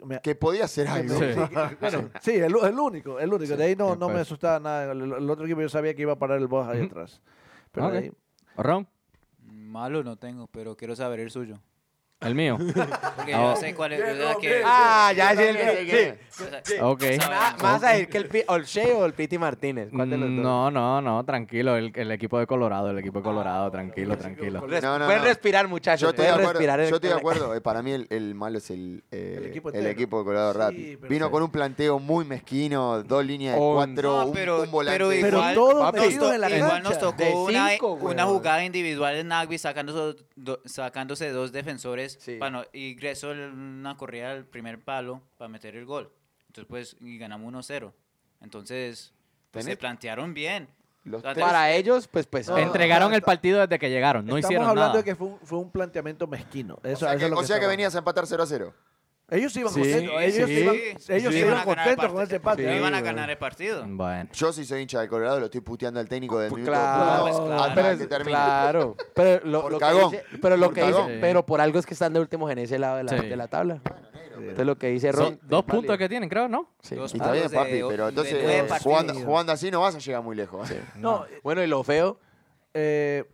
me me- Que podía hacer algo. Sí. bueno, sí, el, el único, el único. De ahí no, no me asustaba nada. El, el otro equipo yo sabía que iba a parar el boss ahí Ujú. atrás. Pero Ok. de ahí- Ron, Malo no tengo, pero quiero saber el suyo. el mío. Porque Ah, yo sé cuál es. yo sé que- Ah, ya sé el que se quiere. yo sé- Ok. Ma- Más a decir que el, Pi- o el Shea o el Piti Martínez. ¿Cuál de los dos? Mm, No, no, no, tranquilo. El, el equipo de Colorado, el equipo de Colorado, tranquilo, tranquilo. Res- No, no, pueden no. respirar, muchachos. Yo estoy de pueden acuerdo. respirar. yo estoy de acuerdo. Eh, Para mí el, el malo es el, eh, El el, equipo equipo entero. de Colorado Sí, Rapid. pero- Vino con un planteo muy mezquino, dos líneas de On- cuatro, No, un- Ah, pero- un volante. pero Pero Igual, todos papi, metidos en la Igual cancha. nos tocó De una, e, cinco, güey. una jugada individual de Nagby sacándose, do- sacándose dos defensores Sí. pa' no- y Greso el- una corrida al primer palo para meter el gol. Entonces, pues, y ganamos 1-0. Entonces, pues, Tenés- se plantearon bien. Los Para- tres- Para ellos, pues, pues. No, Entregaron el partido desde que llegaron, no Estamos hicieron hablando nada. de que fue un, fue un planteamiento mezquino. Eso, o sea eso que, es lo o sea que estaba- venías a empatar 0 a 0. Ellos iban Sí, contentos. Ellos sí, iban, sí. ellos Sí, iban iban a ganar el contentos con partido. ese empate. No ¿eh? iban a ganar el partido. Bueno. Yo si soy hincha de Colorado, lo estoy puteando al técnico del minuto pues, Claro, uno Ah, pues, hasta pero, que termine. claro. Pero lo, Por lo que cagón. dice, pero lo Por que dice- cagón. pero por algo es que están de últimos en ese lado de la, Sí. de la tabla. Entonces lo que dice Son Ron. dos es válido. puntos que tienen, creo, ¿no? Sí. Dos Y está bien, de- papi, de pero entonces nueve eh, partidos. jugando, jugando así no vas a llegar muy lejos. No, Bueno, y lo feo. eh,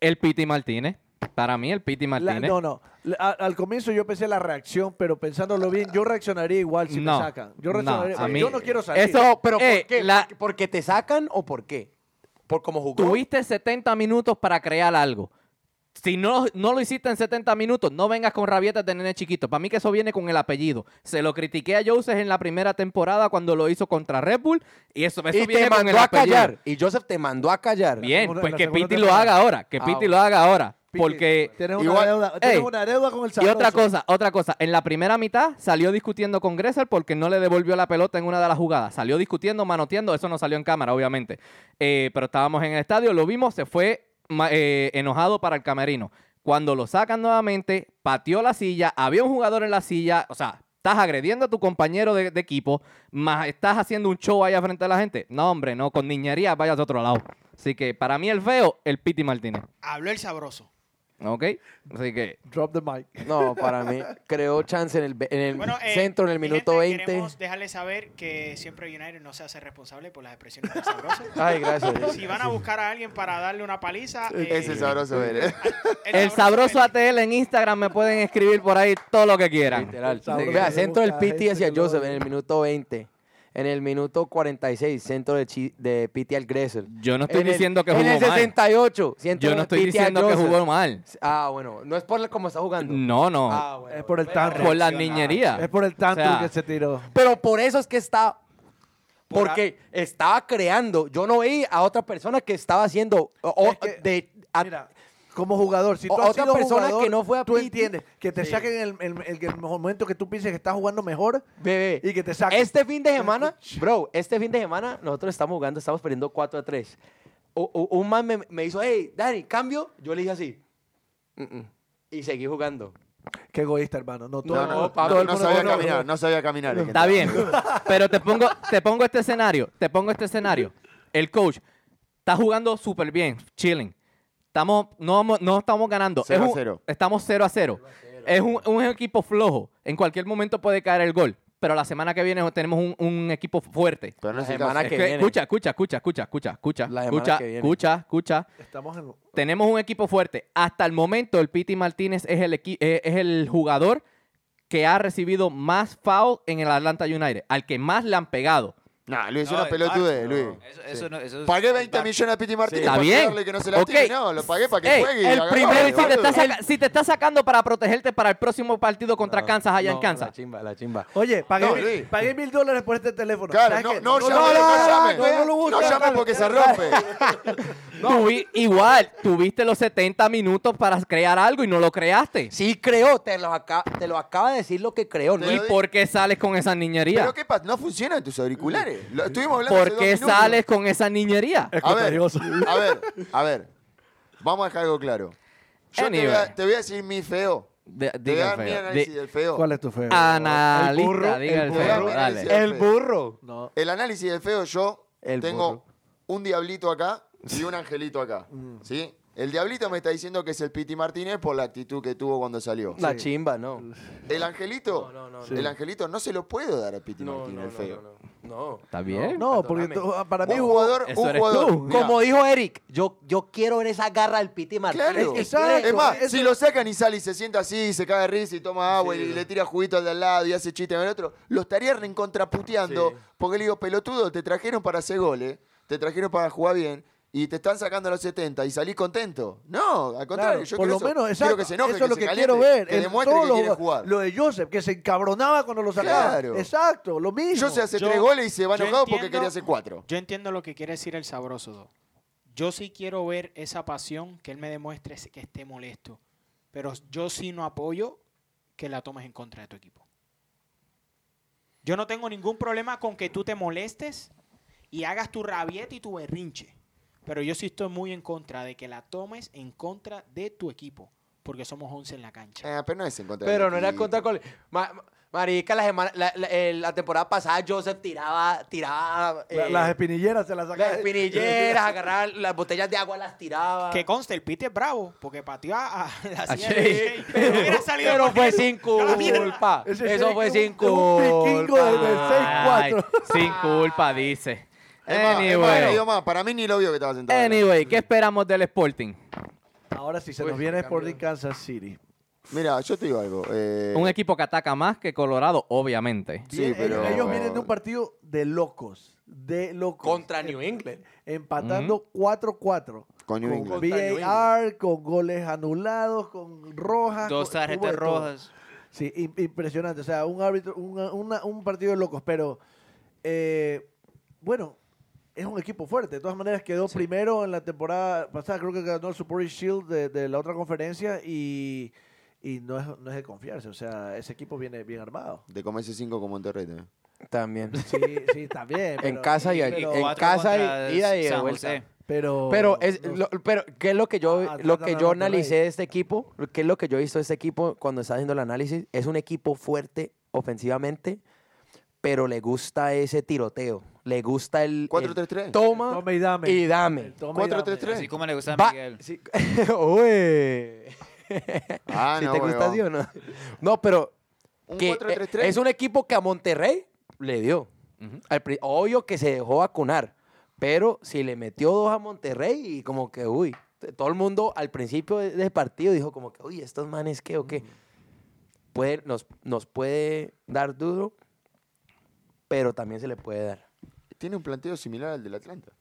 El Piti Martínez. Para mí, el Piti la- Martínez. no, no. La- a- al comienzo yo pensé la reacción, pero pensándolo bien, yo reaccionaría igual si No. me sacan. Yo No, reaccionaría. a mí- yo no quiero salir. Eso- Pero Eh, ¿por qué? la- ¿Por- ¿Porque te sacan o por qué? Por cómo jugó. Tuviste 70 minutos para crear algo. Si no, no lo hiciste en 70 minutos, no vengas con rabietas de nene chiquito. Para mí que eso viene con el apellido. Se lo critiqué a Joseph en la primera temporada cuando lo hizo contra Red Bull. Y eso, eso y viene te con el mandó a apellido. callar. Y Joseph te mandó a callar. Bien, segunda- pues la que segunda Piti lo temporada. haga ahora. Que Ah, Piti bueno. lo haga ahora. Piti, Porque Tienes una, Igual- deuda, tienes Ey. una deuda con el Y sabroso. otra cosa, otra cosa. En la primera mitad salió discutiendo con Gressel porque no le devolvió la pelota en una de las jugadas. Salió discutiendo, manoteando. Eso no salió en cámara, obviamente. Eh, pero estábamos en el estadio, lo vimos, se fue ma- eh, enojado para el camerino. Cuando lo sacan nuevamente, pateó la silla, había un jugador en la silla. O sea, estás agrediendo a tu compañero de, de equipo, más estás haciendo un show allá frente a la gente. No, hombre, no. Con niñería vayas a otro lado. Así que para mí el feo, el Piti Martínez. Habló el sabroso. ¿Ok? Así que... Drop the mic. No, para mí. Creó chance en el, ve- en el Bueno, eh, centro, en el mi minuto gente, 20. Queremos dejarles saber que siempre United no se hace responsable por las expresiones del sabroso. Ay, gracias. Si van a buscar a alguien para darle una paliza. eh, Ese sabroso ver. El sabroso Pérez. ATL en Instagram me pueden escribir por ahí todo lo que quieran. Literal. Sabroso. Vea, centro del Mucha Piti gente hacia que lo Joseph odia. en el minuto 20. En el minuto 46, centro de, Chi- de Piti al Gressel. Yo no estoy En el- diciendo que En jugó el mal. 68, centro Yo no de estoy Piti al diciendo que Joseph. jugó mal. Ah, bueno. No es por cómo está jugando. No, no. Ah, bueno. Es por el tanto. por la reaccionar. niñería. Es por el tanto O sea, que se tiró. Pero por eso es que está. Por Porque estaba creando. Yo no veía a otra persona que estaba haciendo. o- o- Es que- de, a- Mira, como jugador, si tú O- has otra sido persona jugador, que no fue a tú Piti- entiendes que te Sí. saquen el, el, el- el momento que tú pienses que estás jugando mejor bebé. y que te saquen. Este fin de semana, bro, este fin de semana nosotros estamos jugando, estamos perdiendo 4 a 3. U- u- un man me, me hizo, hey, Dani, cambio. Yo le dije así. "Mm, mm", Y seguí jugando. Qué egoísta, hermano. No, todo- No, no, todo el no, no mundo- sabía no, no, caminar, no sabía caminar. gente. Está bien. Pero te pongo, te pongo este escenario. Te pongo este escenario. El coach está jugando súper bien, chilling. Estamos, no, vamos- no estamos ganando. Cero Es a un- cero. Estamos 0 a 0. Es un, un equipo flojo. En cualquier momento puede caer el gol. Pero la semana que viene tenemos un- un equipo fuerte. Pero no es el caso. Hermana, Es que que viene. escucha, escucha, escucha, escucha, escucha, escucha, La semana escucha, que viene. escucha, escucha. Estamos en... Tenemos un equipo fuerte. Hasta el momento, el Piti Martínez es el, equi- eh, es el jugador que ha recibido más foul en el Atlanta United, al que más le han pegado. Nah, Luis, es No, una el pelotude, Barça, Luis. no. Eso- eso no- eso es- Pagué el 20 Barça. millones a Piti Martínez Está para bien. cuidarle que no se lastime. Ok. No, lo pagué para que Ey, juegue. y el agarró, primero, si te, boludo. está saca- si te está sacando para protegerte para el próximo partido contra No, Kansas allá no, en Kansas. La chimba, la chimba. Oye, pagué, No, mil, Luis. pagué mil dólares por este teléfono. Claro, ¿Sabes no, qué? no llame, lo- no llame. no, no lo No busques. llame porque se rompe. Tuvi- igual, tuviste los 70 minutos para crear algo y no lo creaste. Sí creo, te lo, acá, te lo acaba de decir lo que creo. ¿no? Te ¿Y lo di- por qué sales con esa niñería? Pero qué pasa, no funcionan tus auriculares. Lo estuvimos hablando hace ¿Por dos qué minutos. sales con esa niñería? A ver, contagioso. a ver, a ver. Vamos a dejar algo claro. Yo te voy, Anyway. a, te voy a decir mi feo. De- Te voy a diga dar el mi feo. análisis Di- del feo. ¿Cuál es tu feo? analista, El burro, diga el, el feo, burro. dale. El burro. No. El análisis del feo, yo El tengo burro. un diablito acá y un angelito acá. ¿Sí? El Diablito me está diciendo que es el Piti Martínez por la actitud que tuvo cuando salió. La chimba, no. El Angelito, No, no, no, Sí. el Angelito no se lo puedo dar a Piti No, Martínez, no, el no, feo. no, no. ¿Está bien? No, porque perdóname. to- para mí Un jugó- jugador, Eso un eres jugador. tú. Mira, Como dijo Eric, yo, yo quiero ver esa garra del Piti Martínez. Claro. que Es que tiene. Es más, eso- si lo sacan y sale y se sienta así, se cae de risa y toma agua y Sí. le tira juguito al de al lado y hace chiste al otro, lo estaría recontraputeando Sí. porque le digo, pelotudo, te trajeron para hacer goles, te trajeron para jugar bien y te están sacando a los 70 y salís contento. No, al contrario, Claro, yo por quiero lo eso. menos, quiero exacto. que se enoje, eso que es lo se que caliente, quiero ver. que en demuestre todos que los quiere jugadores. jugar. Lo de Joseph, que se encabronaba cuando lo sacaba. Claro. Exacto, lo mismo. Yo sé hace Yo- tres goles y se va yo enojado porque entiendo- quería hacer cuatro. Yo entiendo lo que quiere decir el sabroso. Do. Yo sí quiero ver esa pasión que él me demuestre que esté molesto. Pero yo sí no apoyo que la tomes en contra de tu equipo. Yo no tengo ningún problema con que tú te molestes y hagas tu rabieta y tu berrinche. Pero yo sí estoy muy en contra de que la tomes en contra de tu equipo. Porque somos 11 en la cancha. Eh, pero no es en contra Pero del no era equipo. contra Col. Ma- ma- marica, la, semana- la, la- eh, la temporada pasada Joseph tiraba. tiraba La- eh, las espinilleras se las sacaba. las espinilleras, agarraba las botellas de agua, las tiraba. Que conste, el Pete es bravo, porque pateó a, a la A silla Shea. de Shea, Pero hubiera salido Pero pateando. fue sin la mierda. culpa. Ese Eso es fue un- sin un vikingo de- de Ay, culpa. 6-4. Sin culpa, dice. Es más, es más, Anyway. digo más, para mí ni lo vio que estaba sentado. Anyway, ¿qué esperamos del Sporting? Ahora sí, se Uy, nos viene me cambió. Sporting Kansas City. Mira, yo te digo algo. eh, Un equipo que ataca más que Colorado, obviamente. Sí, Viene- pero- Ellos vienen de un partido de locos. De locos. Contra New England. Empatando 4-4. Con New Con England. Contra New VAR, con goles anulados, con rojas. Dos con- hubo tarjetas de todo. rojas. Sí, im- impresionante. O sea, un árbitro, una- una- un partido de locos. Pero, eh, bueno, es un equipo fuerte. De todas maneras, quedó primero en la temporada pasada. Creo que ganó el Super Shield de, de la otra conferencia y, y no, es, no es de confiarse. O sea, ese equipo viene bien armado. De comerse 5 con Monterrey también. También. Sí, sí, también. pero- casa y- pero- Y en cuatro casa y- contra ida y de San vuelta. José. Pero, Pero, es, no lo- pero ¿qué es lo que yo, Ah, lo tratan que a yo Monterrey. analicé de este equipo? ¿Qué es lo que yo he visto de este equipo cuando estaba haciendo el análisis? Es un equipo fuerte ofensivamente, pero le gusta ese tiroteo. Le gusta el, el 4-3-3. toma, Toma y dame. Ah, y dame. El toma y dame. 4-3-3. Así como le gusta Va- a Miguel. sí. Ué. Ah, Si no, te gusta huevón. sí o no. No, pero Un que, eh, 4-3-3. es un equipo que a Monterrey le dio. Ujú. Al pri- obvio que se dejó vacunar, pero si le metió dos a Monterrey y como que, uy, t- todo el mundo al principio de- del partido dijo como que, uy, estos manes qué o qué. Puede, nos, nos puede dar duro, pero también se le puede dar. Tiene un planteo similar al del Atlanta.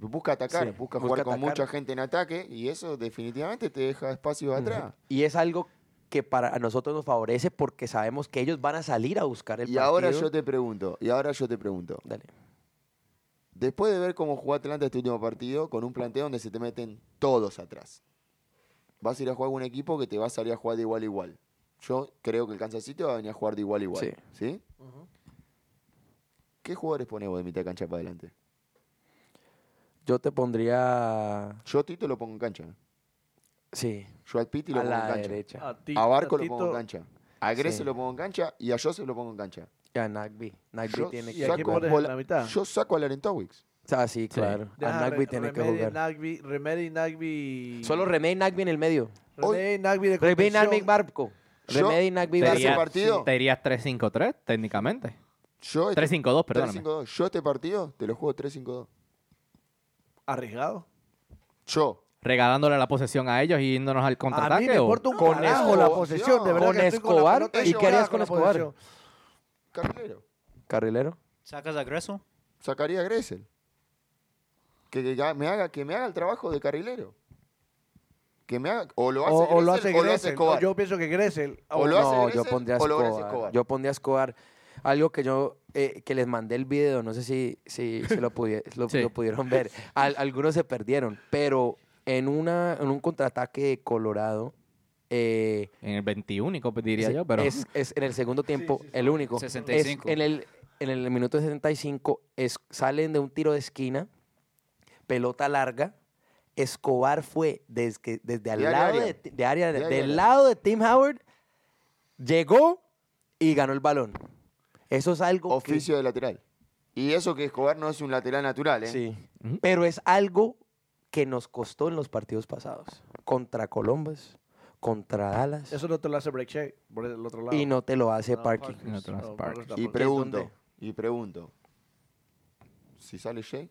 Busca atacar, Sí, busca busca jugar con atacar. mucha gente en ataque y eso definitivamente te deja espacios atrás. Y es algo que para a nosotros nos favorece porque sabemos que ellos van a salir a buscar el Y partido. ahora yo te pregunto, y ahora yo te pregunto, Dale. después de ver cómo jugó Atlanta este último partido con un planteo donde se te meten todos atrás, vas a ir a jugar con un equipo que te va a salir a jugar de igual a igual. Yo creo que el Kansas City va a venir a jugar de igual a igual. Sí. ¿Qué jugadores ponemos de mitad de cancha para adelante? Yo te pondría... Yo a Tito lo pongo en cancha. Sí, Yo al Piti lo a pongo en la cancha. derecha. A ti- A Barco a lo Tito- pongo en cancha. A Grecia Sí. lo pongo en cancha y a Joseph lo pongo en cancha. Y a Nagby. Nagby Yo tiene ¿Y que a quién jugar. pones en bola- la mitad? Yo saco a Larentowicz. Ah, sí, claro. Deja A Nagby Re- tiene que Remedy, jugar. Nagby, Remedy, Nagby. Solo Remedy y Nagby en el medio. Hoy- Remedy, Nagby de Remedy y contención. Nagby Barco. Yo- Remedy y Nagby Sería- Barco. ese partido? Te dirías 3-5-3, técnicamente. Yo este- 3-5-2, perdóname. 3-5-2. Yo este partido te lo juego 3-5-2. Arriesgado. Yo. Regalándole la posesión a ellos y yéndonos al A mí contraataque. me o- importa un Con carajo Escobar, la posesión, de verdad con que estoy con la Escobar, pelota ¿y qué chocada harías con la Escobar? posesión. Carrilero. Carrilero. ¿Sacas a Greso? Sacaría a Gressel. Que, que ga- me haga, que me haga el trabajo de carrilero. Que me haga. O lo hace, O, o lo hace Gressel, o lo hace Gressel. Escobar. ¿no? Yo pienso que Gressel. O lo hace no, yo Gressel, pondría a o lo hace Escobar. Escobar. Yo pondría a Escobar. Algo que yo eh, que les mandé el video, no sé si, si, si lo, pudi- lo- Sí. lo pudieron ver. Al- algunos se perdieron, pero en, una, en un contraataque de Colorado, eh, En el 21, diría Sí, yo, pero... Es, es en el segundo tiempo el único. Es 65. en, el, en el minuto 65 es, salen de un tiro de esquina, pelota larga. Escobar fue desde, que- desde al De área a lado área. de, de área- De área a del área. lado de Tim Howard, llegó y ganó el balón. Eso es algo que- Oficio de lateral. Y eso que Escobar no es un lateral natural, ¿eh? Sí. Ujú. Pero es algo que nos costó en los partidos pasados. Contra Colombas, contra Dallas. Eso no te lo hace Break Shea, por el otro lado. y no te lo hace No, Parky. Parkins, Y no te lo hace no, Parkins. Parkins Y tampoco. pregunto, ¿Dónde? y pregunto. Si sale Shea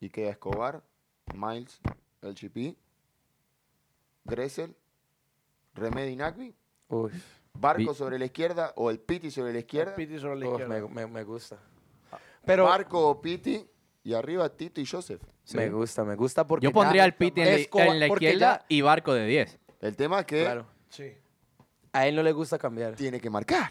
y queda Escobar, Miles, LGP, Gressel, Remedy Nagby, Uy, Barco Vi- sobre la izquierda o el Piti sobre la izquierda. Piti sobre la uf, izquierda. me, me- me gusta. Pero Barco o Piti y arriba Tito y Joseph. me gusta, me gusta porque Yo pondría ya- al Piti en, la- Escobar- en la porque izquierda ya- y Barco de 10. El tema es que Claro, Sí. a él no le gusta cambiar. tiene que marcar.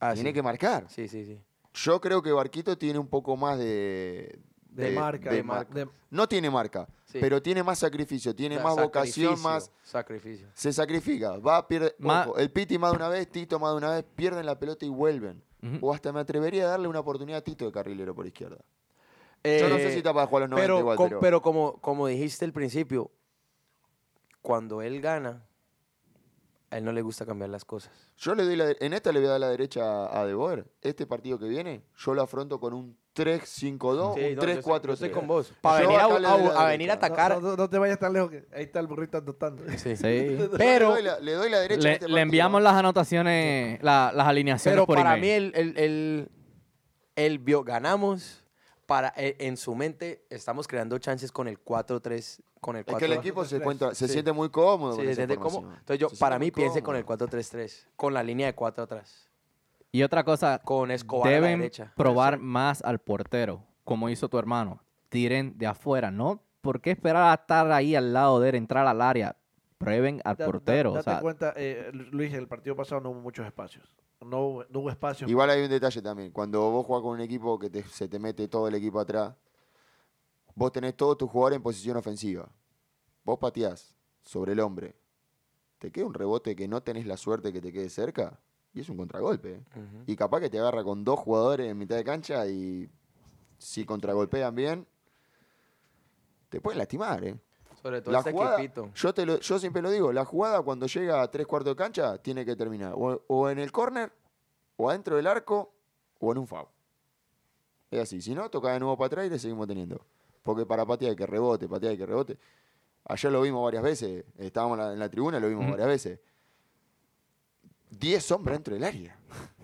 Ah, tiene sí. que marcar. sí, sí, sí. Yo creo que Barquito tiene un poco más de... De, marca. de de marca. de- No tiene marca, Sí. pero tiene más sacrificio, tiene O sea, más vocación, sacrificio, más... Sacrificio. Se sacrifica, va, pierde... Ma- ojo, el Piti más de una vez, Tito más de una vez, pierden la pelota y vuelven. Ujú. O hasta me atrevería a darle una oportunidad a Tito de carrilero por izquierda. Yo no sé Eh, si está para jugar a los 90 pero, igual, com- pero... pero como, como dijiste al principio, cuando él gana, a él no le gusta cambiar las cosas. Yo le doy la... En esta le voy a dar la derecha a- a De Boer. Este partido que viene, yo lo afronto con un 3-5-2, Sí, no, un yo 3-4-3. estoy- yo estoy con vos. Para Yo venir a, acá le doy a- la a derecha. venir a No, atacar. No, no- no te vayas tan lejos que ahí está el burrito anotando. Sí. Sí. le Pero, doy la, le doy la derecha. a Le, este le partido. enviamos las anotaciones, la- las alineaciones pero por para mí email. el, el, el- el vio- ganamos. Para, e- en su mente estamos creando chances con el 4-3. Con el Es que el 4-3. equipo se, tres. encuentra, se Sí. siente muy cómodo. Sí, con esa ¿entiendes cómo? formación. Entonces yo, Se para siente mí, muy piense con cómodo. el 4-3-3. Con la línea de 4 atrás. Y otra cosa, Con Escobar a la deben derecha. probar más al portero, como hizo tu hermano. Tiren de afuera, ¿no? ¿Por qué esperar a estar ahí al lado de él, entrar al área? Prueben al Da- da- portero. Date o sea, cuenta, eh, Luis, el partido pasado no hubo muchos espacios. No hubo, no hubo espacios. Igual hay un detalle también. Cuando vos jugás con un equipo que te- se te mete todo el equipo atrás, vos tenés todos tus jugadores en posición ofensiva. Vos pateás sobre el hombre. Te queda un rebote que no tenés la suerte que te quede cerca y es un contragolpe. ¿eh? Ujú. Y capaz que te agarra con dos jugadores en mitad de cancha y si contragolpean bien, te pueden lastimar, ¿eh? Sobre todo La este jugada, equipito. yo, te lo- yo siempre lo digo, la jugada cuando llega a tres cuartos de cancha tiene que terminar o, o en el córner, o adentro del arco, o en un foul. Es así, si no, toca de nuevo para atrás y le seguimos teniendo. Porque para patear hay que rebote, patear hay que rebote. Ayer lo vimos varias veces, estábamos en la, en la tribuna y lo vimos Ujú. varias veces. Diez hombres dentro del área,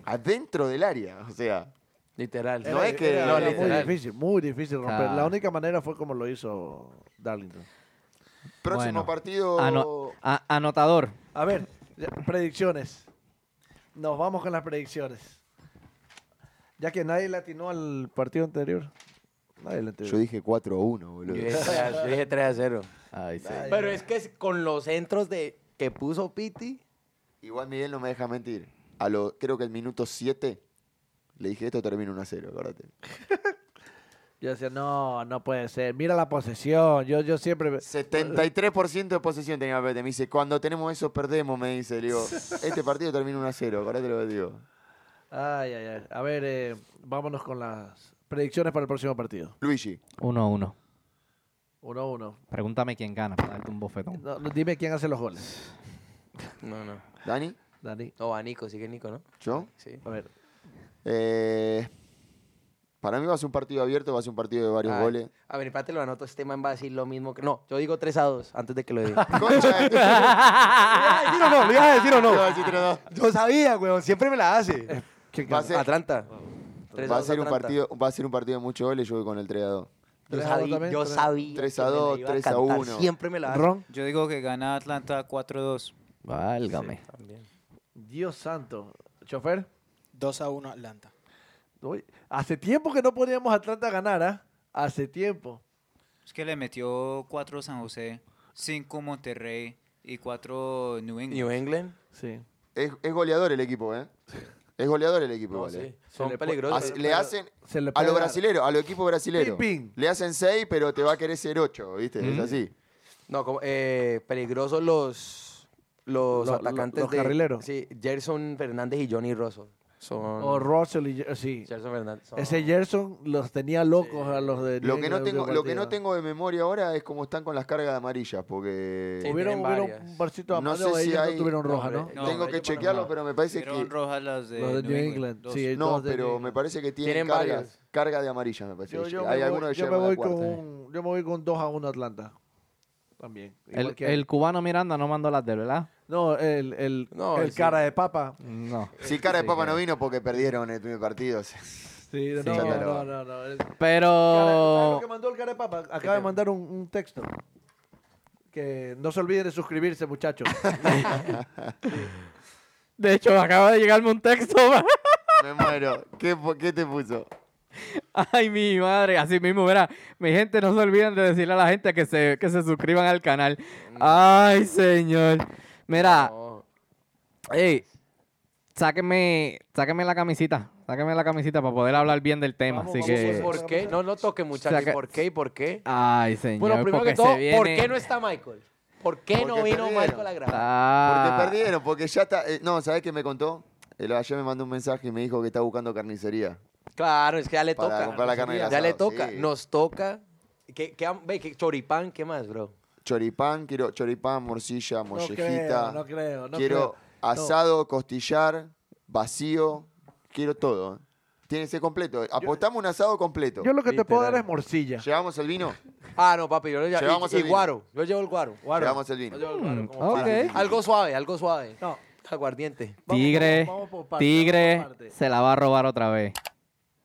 adentro del área, o sea, Literal. No es que- era no, muy literal. difícil, muy difícil romper. Ah. La única manera fue como lo hizo Darlington. próximo Bueno, Ah, partido... ano- a- anotador. A ver, ya- predicciones. Nos vamos con las predicciones. Ya que nadie le atinó al partido anterior. Nadie le atinó. Yo dije 4-1, Yo boludo. dije 3 a- yo dije 3 a 0. Ay, sí. Ay, Pero es que es con los centros de que puso Piti. Igual Miguel no me deja mentir. A lo, creo que el minuto 7 le dije esto termina 1 a 0, acuérdate. Yo decía, no, no puede ser. Mira la posesión. Yo, yo siempre. 73% de posesión tenía Pete. Me dice, cuando tenemos eso perdemos, me dice. Le digo, este partido termina 1 a 0, acuérdate lo que digo. Ay, ay, ay. A ver, eh, vámonos con las predicciones para el próximo partido. Luigi, Uno a uno. Uno a uno. Pregúntame quién gana para darte un bofetón. No, no, dime quién hace los goles. No, no. Dani, Dani. No, va Nico, sigue Nico, ¿no? yo. Sí. A ver. Eh, para mí va a ser un partido abierto, va a ser un partido de varios Ah, goles. A ver, espérate, lo anoto. Este man va a decir lo mismo que. No, yo digo 3 a 2 antes de que lo diga. Concha de tu- No, ¿Sí o no? ¿Le ibas a decir o va a decir 3-2. Yo sabía, weón. Siempre me la hace. ¿Quién Va gana? a ser- Atlanta. 3 Va a dos, ser un Atlanta. partido, va a ser un partido de muchos goles, yo voy con el 3 a 2. Yo ¿Tres a dos sabía. también? Yo ¿Tres- sabía tres que a me la dos, iba tres a cantar. uno. Siempre me la hace. Ron. Yo digo que gana Atlanta 4-2. Válgame. También. Dios santo. Chofer. 2 a 1 Atlanta. Uy, Hace tiempo que no poníamos a Atlanta a ganar, ¿ah? Hace tiempo. Es que le metió 4 San José, 5 Monterrey y 4 New England. New England. Sí. Es, es goleadol el equipo, ¿eh? Es goleador el equipo, No, igual, ¿eh? sí. Son le puede- peligrosos. Hace- pero- le hacen Se le a puede los dar. brasileros, a los equipos brasileros. Pim, pim. Le hacen 6, pero te va a querer ser 8, ¿viste? Mm. Es así. No, como, eh, peligrosos los, Lo- los lo- atacantes los de- carrileros. Sí, Gerson Fernández y Johnny Rosso. Son Oh, O Russell y Jer- sí. Gerson Fernández. son- Ese Gerson los tenía locos a los de Lo New que, no England tengo, del lo que no partido. tengo de memoria ahora es cómo están con las cargas de amarillas, porque Sí, Hubieron, tienen hubieron varias. un parcito No amarillo, sé si ellos hay- no tuvieron No, roja, ¿no? hombre, No, tengo ellos que fueron chequearlo, roja. pero me parece Fueron que... rojas las de, Los de New England. dos. sí, No, Eh, dos de New pero me England. parece que tienen, Tienen cargas. varias. carga de amarilla, me parece. Yo, yo Hay me alguno voy, que yo lleva me la voy con cuarta. un, yo me voy con 2 a 1 Atlanta. También. igual El, que- el cubano Miranda no mandó las de ¿verdad? no, el, el, No, el sí. cara de papa. No. Sí, cara de Sí, papa claro. no vino porque perdieron el primer partido. Sí, no, claro. no, no, no, no, el- ¿Sabes lo Pero que mandó el cara de papa? Acaba de mandar un, un texto. Que no se olviden de suscribirse, muchachos. de hecho acaba de llegarme un texto. ma. Me muero. ¿Qué, po- qué te puso? Ay, mi madre, así mismo, verá. Mi gente, no se olviden de decirle a la gente que se, que se suscriban al canal. Ay, señor. Mira, No. ey, sáqueme, sáqueme la camisita. Sáqueme la camisita para poder hablar bien del tema. Vamos, así vamos, que. vamos. ¿Por qué? No, no toque, muchachos. Saca- ¿Por qué y por qué? Ay, señor. Bueno, primero porque que todo, se viene- ¿por qué no está Michael? ¿Por qué no Porque vino perdieron. Michael a grabar? Ah. Porque perdieron, porque ya está. eh, no, ¿sabés qué me contó? El- ayer me mandó un mensaje y me dijo que está buscando carnicería. Claro, es que ya le Para toca. comprar la carne del ya le asado, toca. sí. Nos toca. ¿Qué, qué, am- ve, qué choripán? ¿Qué más, bro? Choripán, quiero choripán, morcilla, no mollejita. creo, no creo. No quiero creo. No. asado, costillar, vacío. Quiero todo. eh. Tiene que ser completo. Apostamos un asado completo. Yo lo que te puedo dar Literal. es morcilla. ¿Llevamos el vino? Ah, no, papi, yo le Llevamos y, el y vino. guaro. Yo llevo el guaro. guaro. Llevamos el vino. Yo llevo el guaro, como Ok. para- Algo suave, algo suave. No. Aguardiente. Vamos, Tigre, vamos, vamos por parte, Tigre vamos por parte. se la va a robar otra vez.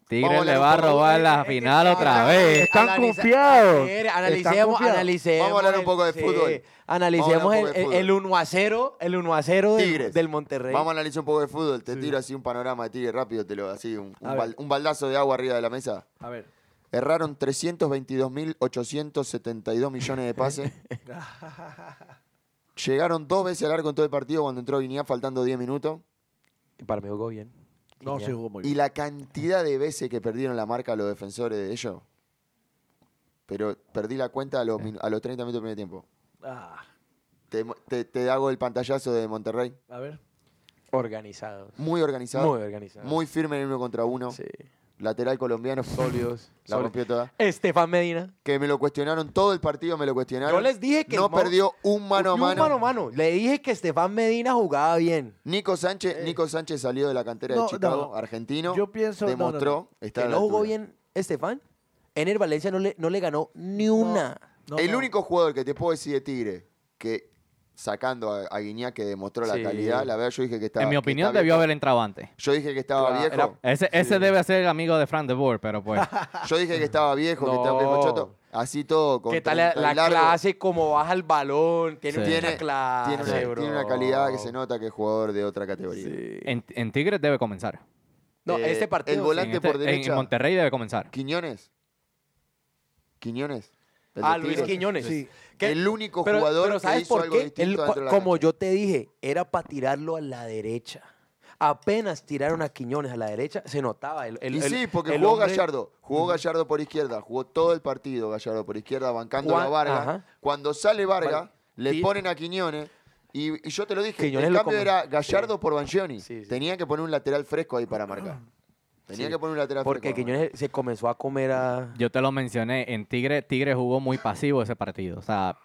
Tigre Vamos a le hablar va a un poco. robar la Es Este, que- final otra es que- vez. Están Analiza- confiados. A ver, Están analicemos, confiados. analicemos. Vamos a hablar un el- poco de sí, fútbol. Vamos Analicemos a el, hablar un poco de el- el 1 a 0, el 1 a 0 del, Tigres. del Monterrey. Vamos a analizar un poco de fútbol. Te tiro así un panorama de Tigre rápido, te lo así un, un A ver. bal- un baldazo de agua arriba de la mesa. A ver. Erraron 322.872 millones de pases. Llegaron dos veces al arco en todo el partido cuando entró Guinea faltando 10 minutos. Que Para mí jugó bien. No Ya. se jugó muy Y bien. la cantidad de veces que perdieron la marca los defensores de ellos. Pero perdí la cuenta a Eh. los, minu- a los 30 minutos del primer tiempo. Ah, Te, mo- te- te hago el pantallazo de Monterrey. a ver. Organizados. Muy organizado. Muy Muy, organizados. firme en el uno contra uno. Sí. Lateral colombiano. Sólidos. La sólidos. rompió toda. Estefan Medina. Que me lo cuestionaron todo el partido, me lo cuestionaron. Yo les dije que no el Mo- perdió un mano a Y un mano. mano a mano. Le dije que Estefan Medina jugaba bien. Nico Sánchez, Eh. Nico Sánchez salió de la cantera No, de Chicago, no. argentino. Yo pienso- no, no, no. demostró estar Que a la no jugó altura. bien Estefan. En el Valencia no le, no le ganó ni una. No, el no. único jugador que te puedo decir de Tigre que sacando a, a Guiñá que demostró Sí. la calidad, la verdad yo dije que estaba En mi que opinión, está debió viejo. haber entrado antes. Yo dije que estaba Claro, viejo. era- Ese, ese debe ser el amigo de Fran de Boer, pero pues. Yo dije que estaba viejo, que estaba No. viejo choto. Así todo con ¿Qué tal la, 30 y largo. la clase? ¿Cómo baja el balón? Tiene Sí. mucha Tiene, clase, tiene una, bro. tiene una calidad que se nota que es jugador de otra categoría. en, en Tigres debe comenzar. No, Eh, este partido. el sí. volante- En, este- por en derecha. Monterrey debe comenzar. Quiñones. Quiñones. El de Ah, Luis Tigre. Quiñones. Sí. Que- El único jugador que ¿sabes hizo por algo qué? distinto Él dentro cua- de la como cancha. yo te dije, era para tirarlo a la derecha. Apenas tiraron a Quiñones a la derecha, se notaba. El, el- y el- sí, porque el jugó hombre- Gallardo. Jugó Gallardo por izquierda. Jugó todo el partido Gallardo por izquierda, bancando Juan- a Vargas. ajá. Cuando sale Vargas, Vale. le Sí. ponen a Quiñones. Y, y yo te lo dije, Quiñones el lo cambio come. era Gallardo por Bangioni. Sí, sí. Tenía que poner un lateral fresco ahí para marcar. Tenía Sí, que poner un lateral Porque fresco. para marcar. Quiñones se comenzó a comer a. Yo te lo mencioné. En Tigre, Tigre jugó muy pasivo ese partido. O sea,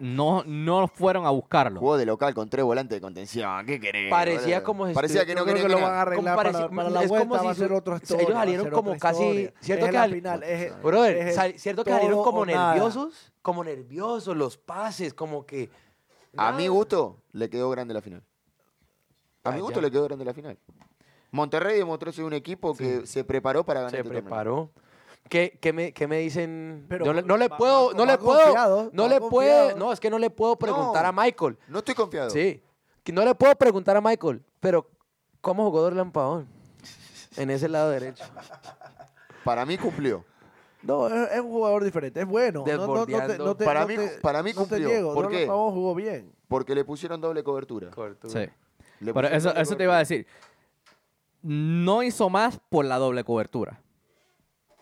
no, no fueron a buscarlo. Jugó de local con tres volantes de contención. ¿Qué querés? Parecía boludo? como si Parecía estu- que Yo no creo quería que lo van a arreglar Como parece- para, para la es como vuelta, si va a su- ser otra ellos historia. va a salieron ser como otra casi- historia. ¿cierto Es que la al- final, es- Brother, es sal- cierto que salieron todo como o nada. nerviosos, como nerviosos, los pases, como que. A mi gusto, le quedó grande la final. A Ah, mi gusto ya. le quedó grande la final. Monterrey demostró ser un equipo que se preparó para ganar Se este torneo. preparó. ¿Qué, qué me, qué me dicen? Pero Yo le- no le va- puedo, va- no le va puedo, confiado, no va le puedo, confiado. no, es que no le puedo preguntar No. a Michael. No estoy confiado. Sí, que no le puedo preguntar a Michael, pero ¿cómo jugó Dorlan Pavón? En ese lado derecho. Para mí cumplió. No, es, es un jugador diferente, es bueno. No, no- no te- no te, Desbordeando. Para no mí- te- para mí no te cumplió. niego, ¿Por Donald qué? Pavón jugó bien. Porque le pusieron doble cobertura. Sí. Le Pero pusieron eso, doble eso te iba cobertura. a decir. No hizo más por la doble cobertura.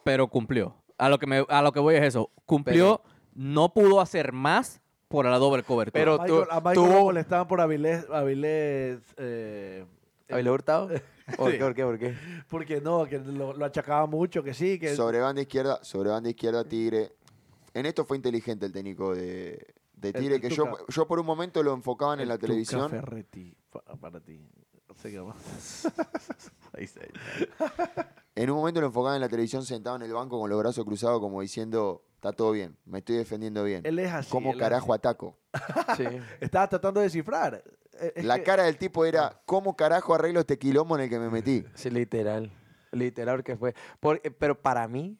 Pero cumplió. A lo que, me, a lo que voy es eso. Cumplió, no pudo hacer más por la doble cobertura. Pero a Michael, tú- a Michael tú- lo molestaban por Avilés, Avilés eh, ¿Abel Hurtado? ¿Por qué, por qué, por qué? porque no, que lo, lo achacaba mucho, que sí, que... Sobre banda izquierda, sobre banda izquierda Tigre. En esto fue inteligente el técnico de, de Tigre, el que yo, Tuca. yo por un momento lo enfocaban en la Tuca televisión. Ferretti, pa- para ti. No sé qué más. Ahí está. En un momento lo enfocaban en la televisión sentado en el banco con los brazos cruzados como diciendo, está todo bien, me estoy defendiendo bien. Él es así. ¿Cómo él es carajo ataco? así. Estabas tratando de descifrar. Eh, es La que- cara del tipo era, ¿cómo carajo arreglo este quilombo en el que me metí? Sí, literal. Literal que fue. Por- eh, pero para mí,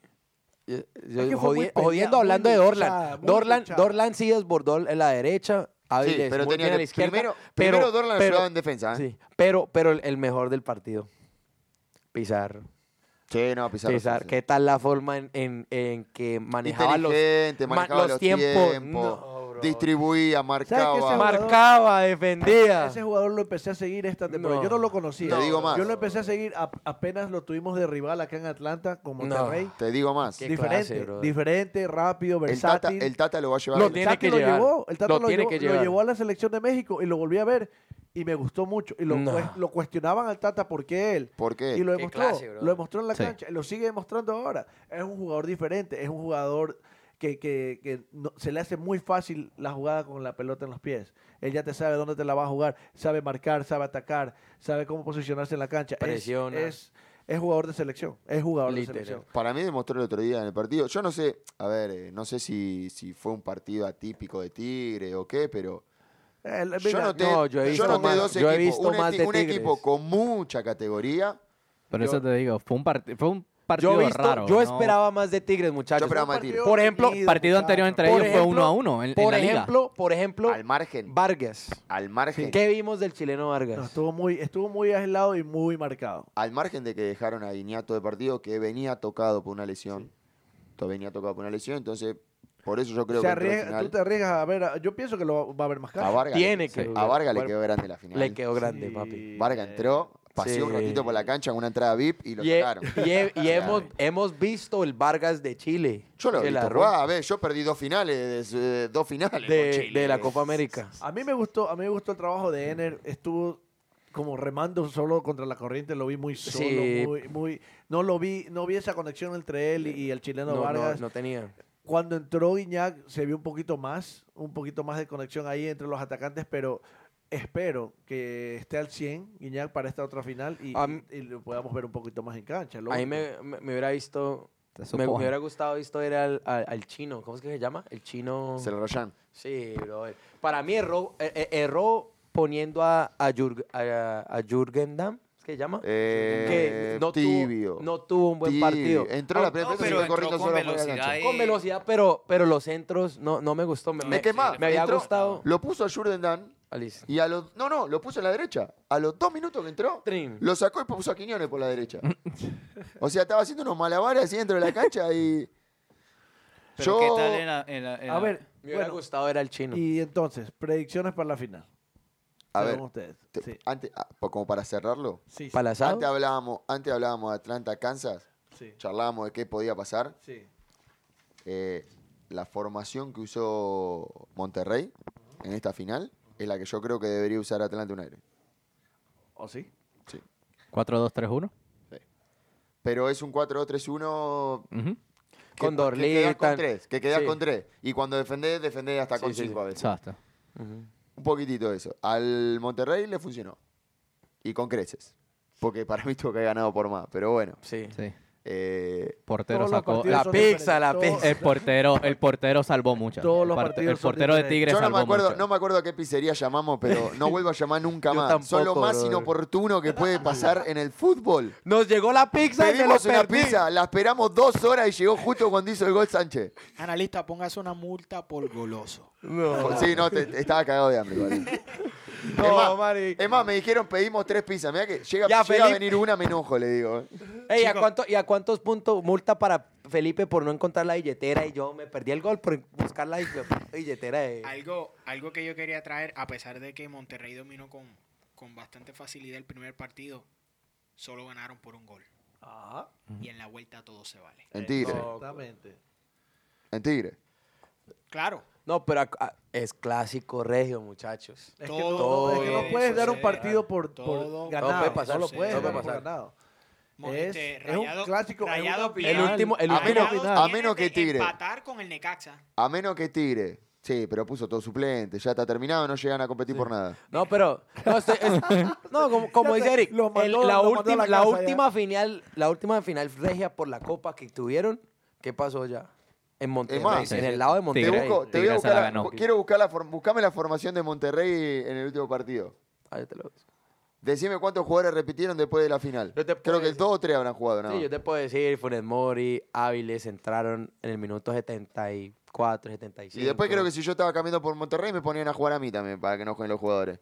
yo- yo Es que fue jodi- muy peleado, jodiendo muy hablando de luchada, Dorlan. muy Dorlan, luchada. Dorlan sí desbordó en la derecha. Áviles Sí, pero muy tenía bien a la que- izquierda. primero- pero, primero Dorlan pero- ayudaba en defensa, ¿eh? Sí, pero, pero el- el mejor del partido. Pizarro. Che, no, Pizarro. Pizarro, sí, sí. ¿qué tal la forma en, en- en que manejaba los, Inteligente, ma- manejaba los tiempos, No, bro. distribuía, ese marcaba. jugador- Marcaba, defendía. Ese jugador lo empecé a seguir esta temporada. No. Yo no lo conocía. Te digo más. Yo lo empecé a seguir a- apenas lo tuvimos de rival acá en Atlanta con No. Monterrey. Te digo más, Qué el Diferente, clase, brother. diferente, rápido, tata, versátil. el Tata lo va a llevar. Lo al- El tiene Tata que lo llevar. llevó, el Tata Lo lo, tiene llevó, que lo llevar. llevó a la selección de México y lo volví a ver y me gustó mucho. Y lo, No. cues- lo cuestionaban al Tata por qué él. ¿Por qué? Y lo Qué demostró, clase, brother. lo demostró en la Sí. cancha, y lo sigue demostrando ahora. Es un jugador diferente, es un jugador que, que- que no- se le hace muy fácil la jugada con la pelota en los pies. Él ya te sabe dónde te la va a jugar, sabe marcar, sabe atacar, sabe cómo posicionarse en la cancha. Es- Presiona. Es, es, jugador de selección, es jugador Literal. de selección. Para mí demostró el otro día en el partido. Yo no sé, a ver, eh, no sé si, si fue un partido atípico de Tigre o qué, pero Él- yo mira, no te, no, yo he visto no te más- dos yo he equipos. visto un, más eti- de un Tigres. equipo con mucha categoría. Pero Yo- eso te digo, fue un, parti- fue un Yo, partido he visto- raro. yo ¿no? esperaba más de Tigres, muchachos. esperaba más de Tigres. Por ejemplo, El partido anterior entre Por ellos fue ejemplo- uno a uno en, en por la liga. ejemplo, por ejemplo, Al margen. Vargas. Al margen. ¿Qué vimos del chileno Vargas? No, estuvo muy, estuvo muy aislado y muy marcado. Al margen de que dejaron a Guiñato de partido, que venía tocado por una lesión. To- Venía tocado por una lesión, entonces por eso yo creo Se que entró al arriesga- final. tú te arriesgas a ver, a- yo pienso que lo va a ver más a caro. Vargas, Tiene que sí, a jugar. Vargas le Vargas- quedó grande la final. Le quedó grande, papi. Sí. Vargas entró, paseó un Sí. ratito por la cancha, una entrada VIP y lo Y, he- sacaron. y he- y Ya. hemos, hemos visto el Vargas de Chile. Yo lo que he la visto rompe jugar, a ver, yo perdí dos finales, de su- de- dos finales de, con Chile. de la Copa América. A mí me gustó, a mí me gustó el trabajo de Ener, estuvo como remando solo contra la corriente, lo vi muy solo, Sí. muy, muy, no lo vi, no vi esa conexión entre él y el chileno No, no, Vargas. no tenía. Cuando entró Guiñac se vio un poquito más, un poquito más de conexión ahí entre los atacantes, pero espero que esté al 100 Guiñac para esta otra final y, A mí- y- y lo podamos ver un poquito más en cancha. lo A mí único. me, me- me hubiera visto. Te Me, me supongo. hubiera gustado visto era al, al- al chino. ¿Cómo es que se llama? El chino. Se lo rayan. Sí, bro. Para mí erró, eh, eh, erró poniendo a, a, Jurg- a- a Jürgen Damm, ¿es que se llama? Eh, que no tibio. tuvo, no tuvo un buen Tibio. partido. Entró a la primera No, pelota y pero se fue corriendo entró con solo afuera de la velocidad cancha. y- Con velocidad, pero, pero los centros no, no me gustó. Me, Me me- Es que más, me había entró- gustado. Lo puso a Jordan Dan Alice. y a los. No, no, lo puso a la derecha. A los dos minutos que entró, Trim. lo sacó y puso a Quiñones por la derecha. o sea, estaba haciendo unos malabares así dentro de la cancha y. Yo- Pero ¿qué tal en la- en la- en a la- ver, Me hubiera bueno, gustado era el chino. y entonces, predicciones para la final. A según ver, ustedes. te- Sí, antes, ah, po- como para cerrarlo, sí, sí, Palazado. antes hablábamos, antes hablábamos de Atlanta, Kansas, sí, charlábamos de qué podía pasar. sí. Eh, la formación que usó Monterrey en esta final es la que yo creo que debería usar Atlanta United. ¿O sí? 4-2-3-1. Pero es un 4-2-3-1 Ujú. que- Con que quedás con Dorlitan. tres, que quedás Sí. con tres. Y cuando defendés, defendés hasta Sí, con sí, cinco sí. a veces. Exacto. Ujú. Un poquitito eso. Al Monterrey le funcionó. Y con creces. Porque para mí tuvo que haber ganado por más. pero bueno. Sí. Sí. Eh, Portero Todos los sacó. partidos la- son pizza, diferentes. la Todos- pizza. el portero, el portero salvó muchas. Todos el los parte- partidos El son portero de diferentes. Tigres yo no salvó me, acuerdo, muchas. no me acuerdo a qué pizzería llamamos, pero no vuelvo a llamar nunca Yo más. Son lo tampoco, más brother. inoportuno que puede pasar en el fútbol. Nos llegó la pizza y me lo Pedimos una perdí. pizza, la esperamos dos horas y llegó justo cuando hizo el gol Sánchez. Analista, póngase una multa por goloso. No, Sí, no, te- te- estaba cagado de hambre. igual. es, no, más, Mari. es más, me dijeron pedimos tres pizzas. Mira que llega, Ya, llega a Felipe. venir una, me enojo, le digo. Ey, ¿a cuánto- ¿y a cuántos puntos multa para Felipe por no encontrar la billetera? Y yo me perdí el gol por buscar la bill- billetera. de- Algo, algo que yo quería traer, a pesar de que Monterrey dominó con, con bastante facilidad el primer partido, solo ganaron por un gol. Ajá, Y en la vuelta todo se vale. En Tigre, No. exactamente. en Tigre. Claro. No, pero a- a- es clásico regio, muchachos. Es que, no, Todo es que no puede puedes dar un suceder. partido por, Todo por puede ganado. pasar, no lo sí, puedes todo dar puede por pasar. ganado. Mo- Es, este, es un clásico. es Rayado una Pilar. El último- el A último menos, final. a tiene menos que de Tigre. Empatar con el Necaxa. A menos que Tigre Sí, pero puso todo suplente, ya está terminado, no llegan a competir por nada. No, pero. No, estoy- es- no, como, como Ya dice te- Eric, lo mandó- el- lo mandó la, a la última, la, casa ya. última final, la última final regia por la copa que tuvieron, ¿qué pasó ya? En Monterrey. más, en el lado de Te, Monterrey. Tigre- busco- te voy Tigre a se buscar, la la- ganó. quiero buscar la, form- buscame la formación de Monterrey en el último partido. Ah, yo te lo- Decime cuántos jugadores repitieron después de la final. Yo te puedo Creo que decir. dos o tres habrán jugado, nada Sí, más. yo te puedo decir, Funes Mori, Áviles entraron en el minuto 74, 75. Y después creo que si yo estaba caminando por Monterrey me ponían a jugar a mí también para que no jueguen los jugadores.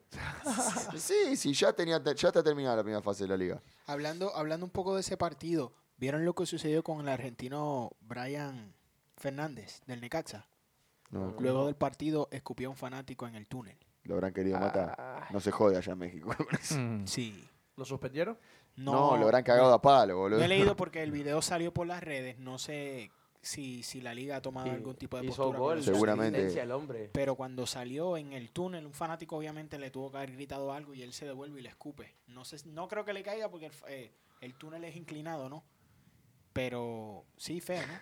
sí, sí, ya tenía ya está terminada la primera fase de la liga. Hablando, hablando un poco de ese partido, ¿vieron lo que sucedió con el argentino Brian Fernández del Necaxa? No, Luego del partido escupió a un fanático en el túnel. lo habrán querido Ah. matar. No se jode allá en México. Mm. Sí. ¿Lo suspendieron? No, lo habrán cagado a palo, boludo. No he leído porque el video salió por las redes. No sé si, si la liga ha tomado algún tipo de hizo postura. con gol, los Seguramente. argentinos. asistencia El hombre. Pero cuando salió en el túnel, un fanático obviamente le tuvo que haber gritado algo y él se devuelve y le escupe. No sé, no creo que le caiga porque el, fa- eh, el túnel es inclinado, ¿no? Pero sí, feo, ¿no?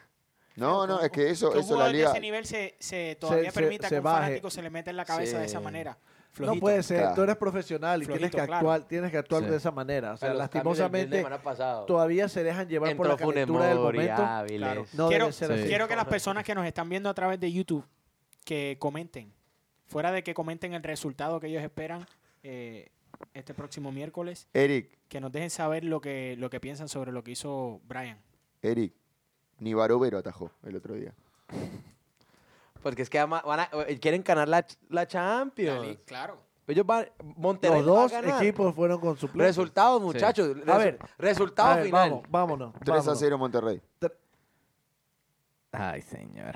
No, no, es que eso, Que un eso la jugador de liga. ese nivel se, se todavía se- permita se que un baje. fanático se le meta en la cabeza de esa Sí. manera. No Flojito. puede ser, Claro. tú eres profesional y tienes Flojito, que claro. actuar, tienes que actuar Sí. de esa manera. O sea, Pero los cambios del fin de lastimosamente semana pasado. todavía se dejan llevar por la Entró Funes calentura del Mori, momento. Áviles. Claro. No quiero, debe ser así. quiero que las personas que nos están viendo a través de YouTube que comenten. Fuera de que comenten el resultado que ellos esperan eh, este próximo miércoles, Eric, que nos dejen saber lo que, lo que piensan sobre lo que hizo Brian. Eric, ni Barovero atajó el otro día. Porque es que ama- van a- eh, quieren ganar la, la Champions. claro. Ellos van, Monterrey Los va a dos ganar. equipos fueron con suplentes. Resultados, muchachos. A A ver. ver, A resultado ver, final. Vamos, vámonos. 3 a 0 Monterrey. Ay, señor.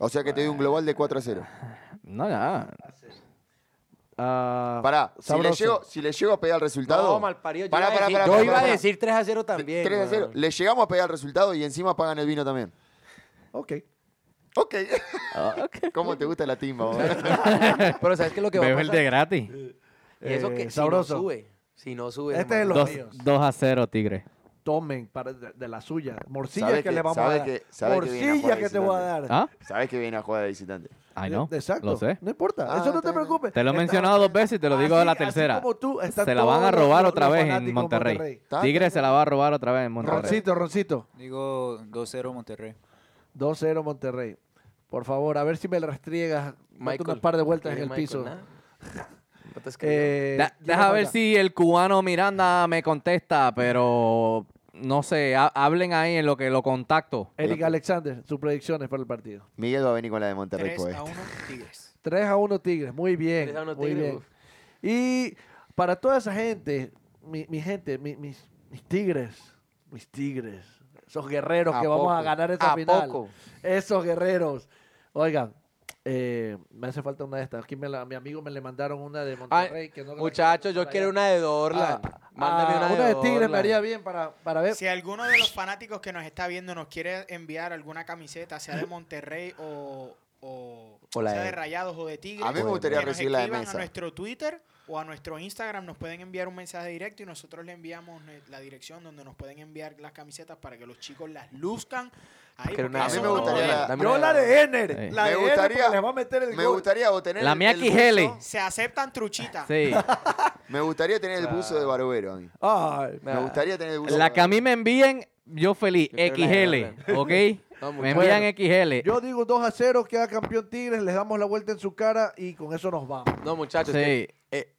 O sea que te dio un global de 4 a 0. No, ya. Ah, Pará, si le, sabroso. llego, si le llego a pegar el resultado. No, malparido. Yo, Pará, iba, pará, a decir, pará, yo pará, iba pará. a decir 3 a 0 también. 3 a 0. weón. Le llegamos a pegar el resultado y encima pagan el vino también. ok. Ok. ah, ¿Cómo te gusta la timba? boludo? Pero ¿sabes qué es lo que va a Bebe el pasar? de gratis. Y eso que Eh, si no sabroso. sube. Si no sube. Este hermano. es lo- Los Dos- míos. 2 a 0, Tigre. Tomen para de, de la suya. Morcilla Sabe que, que- le vamos sabe a dar. que- sabe que viene a Morcilla jugar que, te voy a dar. ¿Ah? Sabes que viene a jugar de visitante. Ay, Ah, no. Exacto. Lo sé. No importa. Ah, Eso no está te bien. preocupes. Te lo he Está- mencionado dos veces y te lo digo así- la así tercera. como tú, están Se la van a todos los- robar los- otra los vez en fanáticos Monterrey. Monterrey. Tigre se la va a robar otra vez en Monterrey. Roncito, Roncito. Digo 2-0 Monterrey. 2-0 Monterrey. Por favor, a ver si me la restriegas. Mete Michael, unas par de vueltas en ¿quiere el piso. Michael, nada? No te escribo. Eh, Da- ¿quién deja nos ver falta? si el cubano Miranda me contesta, pero no sé, ha- hablen ahí en lo que lo contacto. Eric Alexander, sus predicciones para el partido. Miguel va a venir con la de Monterrey. 3 pues. a 1 Tigres. 3 a 1 Tigres, muy bien. 3 a 1 muy Tigres, bien. uf. Y para toda esa gente, mi, mi gente, mi- mis, mis tigres, mis tigres, esos guerreros ¿A que vamos a poco? ganar esa ¿A final. poco? Esos guerreros. Oigan, eh, me hace falta una de estas. Aquí me la- mi amigo me le mandaron una de Ay, Monterrey. que no la- muchachos, yo para quiero allá. una de Dorlan. Ah, Mándame ah, una de Tigres me Dorlan. haría bien para, para ver. Si alguno de los fanáticos que nos está viendo nos quiere enviar alguna camiseta, sea de Monterrey o, o- O la sea de- de Rayados o de Tigres, A mí me gustaría que nos recibir la de escriban mesa. a nuestro Twitter o a nuestro Instagram, nos pueden enviar un mensaje directo y nosotros le enviamos ne- la dirección donde nos pueden enviar las camisetas para que los chicos las luzcan. Ahí, Quiero porque una a mí de eso me es un Dorlan. gustaría modelo. la- Dame Yo una la de Ener. Sí. La Me de Ener, gustaría- porque le va a meter el Me gol. gustaría o tener La el- mía el Kijele. buzo- Se aceptan truchitas. Sí. Me gustaría tener el buzo de Barovero a mí. Ay, Me gustaría tener el buzo. de La que a mí me envíen, yo feliz, Yo quiero la de XL, ¿ok? No, Me muchachos. envían XL. Yo digo 2 a 0, queda campeón Tigres, les damos la vuelta en su cara y con eso nos vamos. No, muchachos. Sí. que, eh,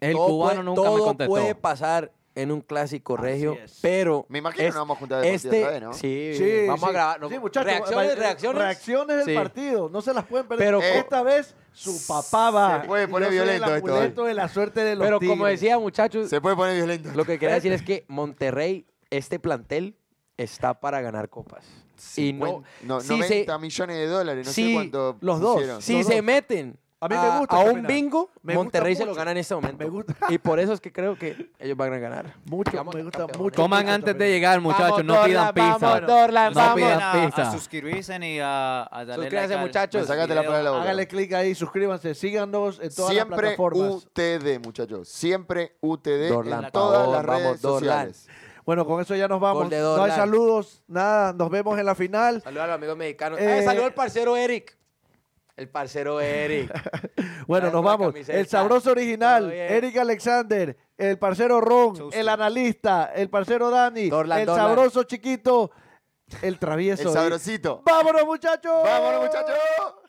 El todo cubano puede- nunca me todo contestó. puede pasar en un clásico regio, es. pero... Me imagino que es- nos vamos a juntar de este, partida otra vez, ¿no? Sí, vamos a grabar. no, Sí, muchachos, va- reacciones, reacciones. Reacciones del Sí. partido, no se las pueden perder. Pero Eh, esta vez su papá va. Se puede poner Yo soy violento el esto, amuleto de la suerte de los eh. Pero como Tigres. decía, muchachos, Se puede poner violento. Lo que quería decir es que Monterrey, este plantel, está para ganar copas. Y no, No, si 90 se, millones de los, no sé sí, cuánto los dos, pusieron. sí. si los se dos. meten A mí me gusta a esta un final. bingo, Me gusta Monterrey se lo mucho. gana en este momento. Me gusta. Y por eso es que creo que ellos van a ganar. Mucho, Vamos, me gusta campeón. mucho. Coman mucho antes de también. llegar, muchachos, Vamos, no pidan Dorlan, pizza. vamos, Dorlan, no Ah, vamos. pidan a, pizza. a suscribirse y a, a darle Suscríbanse, like al- muchachos. al Sácate la video. Ah, palabra de la boca. Hágale clic ahí, suscríbanse, síganos en todas las Siempre plataformas. UTD, muchachos. Siempre UTD Dorlan, en todas por las favor, redes vamos, Dorlan. sociales. Bueno, con eso ya nos vamos. Gol de No hay Dorlan. saludos, nada, nos vemos en la final. Saludos a los amigos mexicanos. Eh, Eh, saludos al parcero Eric. El parcero Eric. Bueno, Traes nos una vamos. camiseta. El sabroso original, Todo bien. Eric Alexander, el parcero Ron, Sousa. el analista, el parcero Dani, Dorlan, el Dorlan. sabroso chiquito, el travieso. El sabrosito. ¡Vámonos, muchachos! ¡Vámonos, muchachos!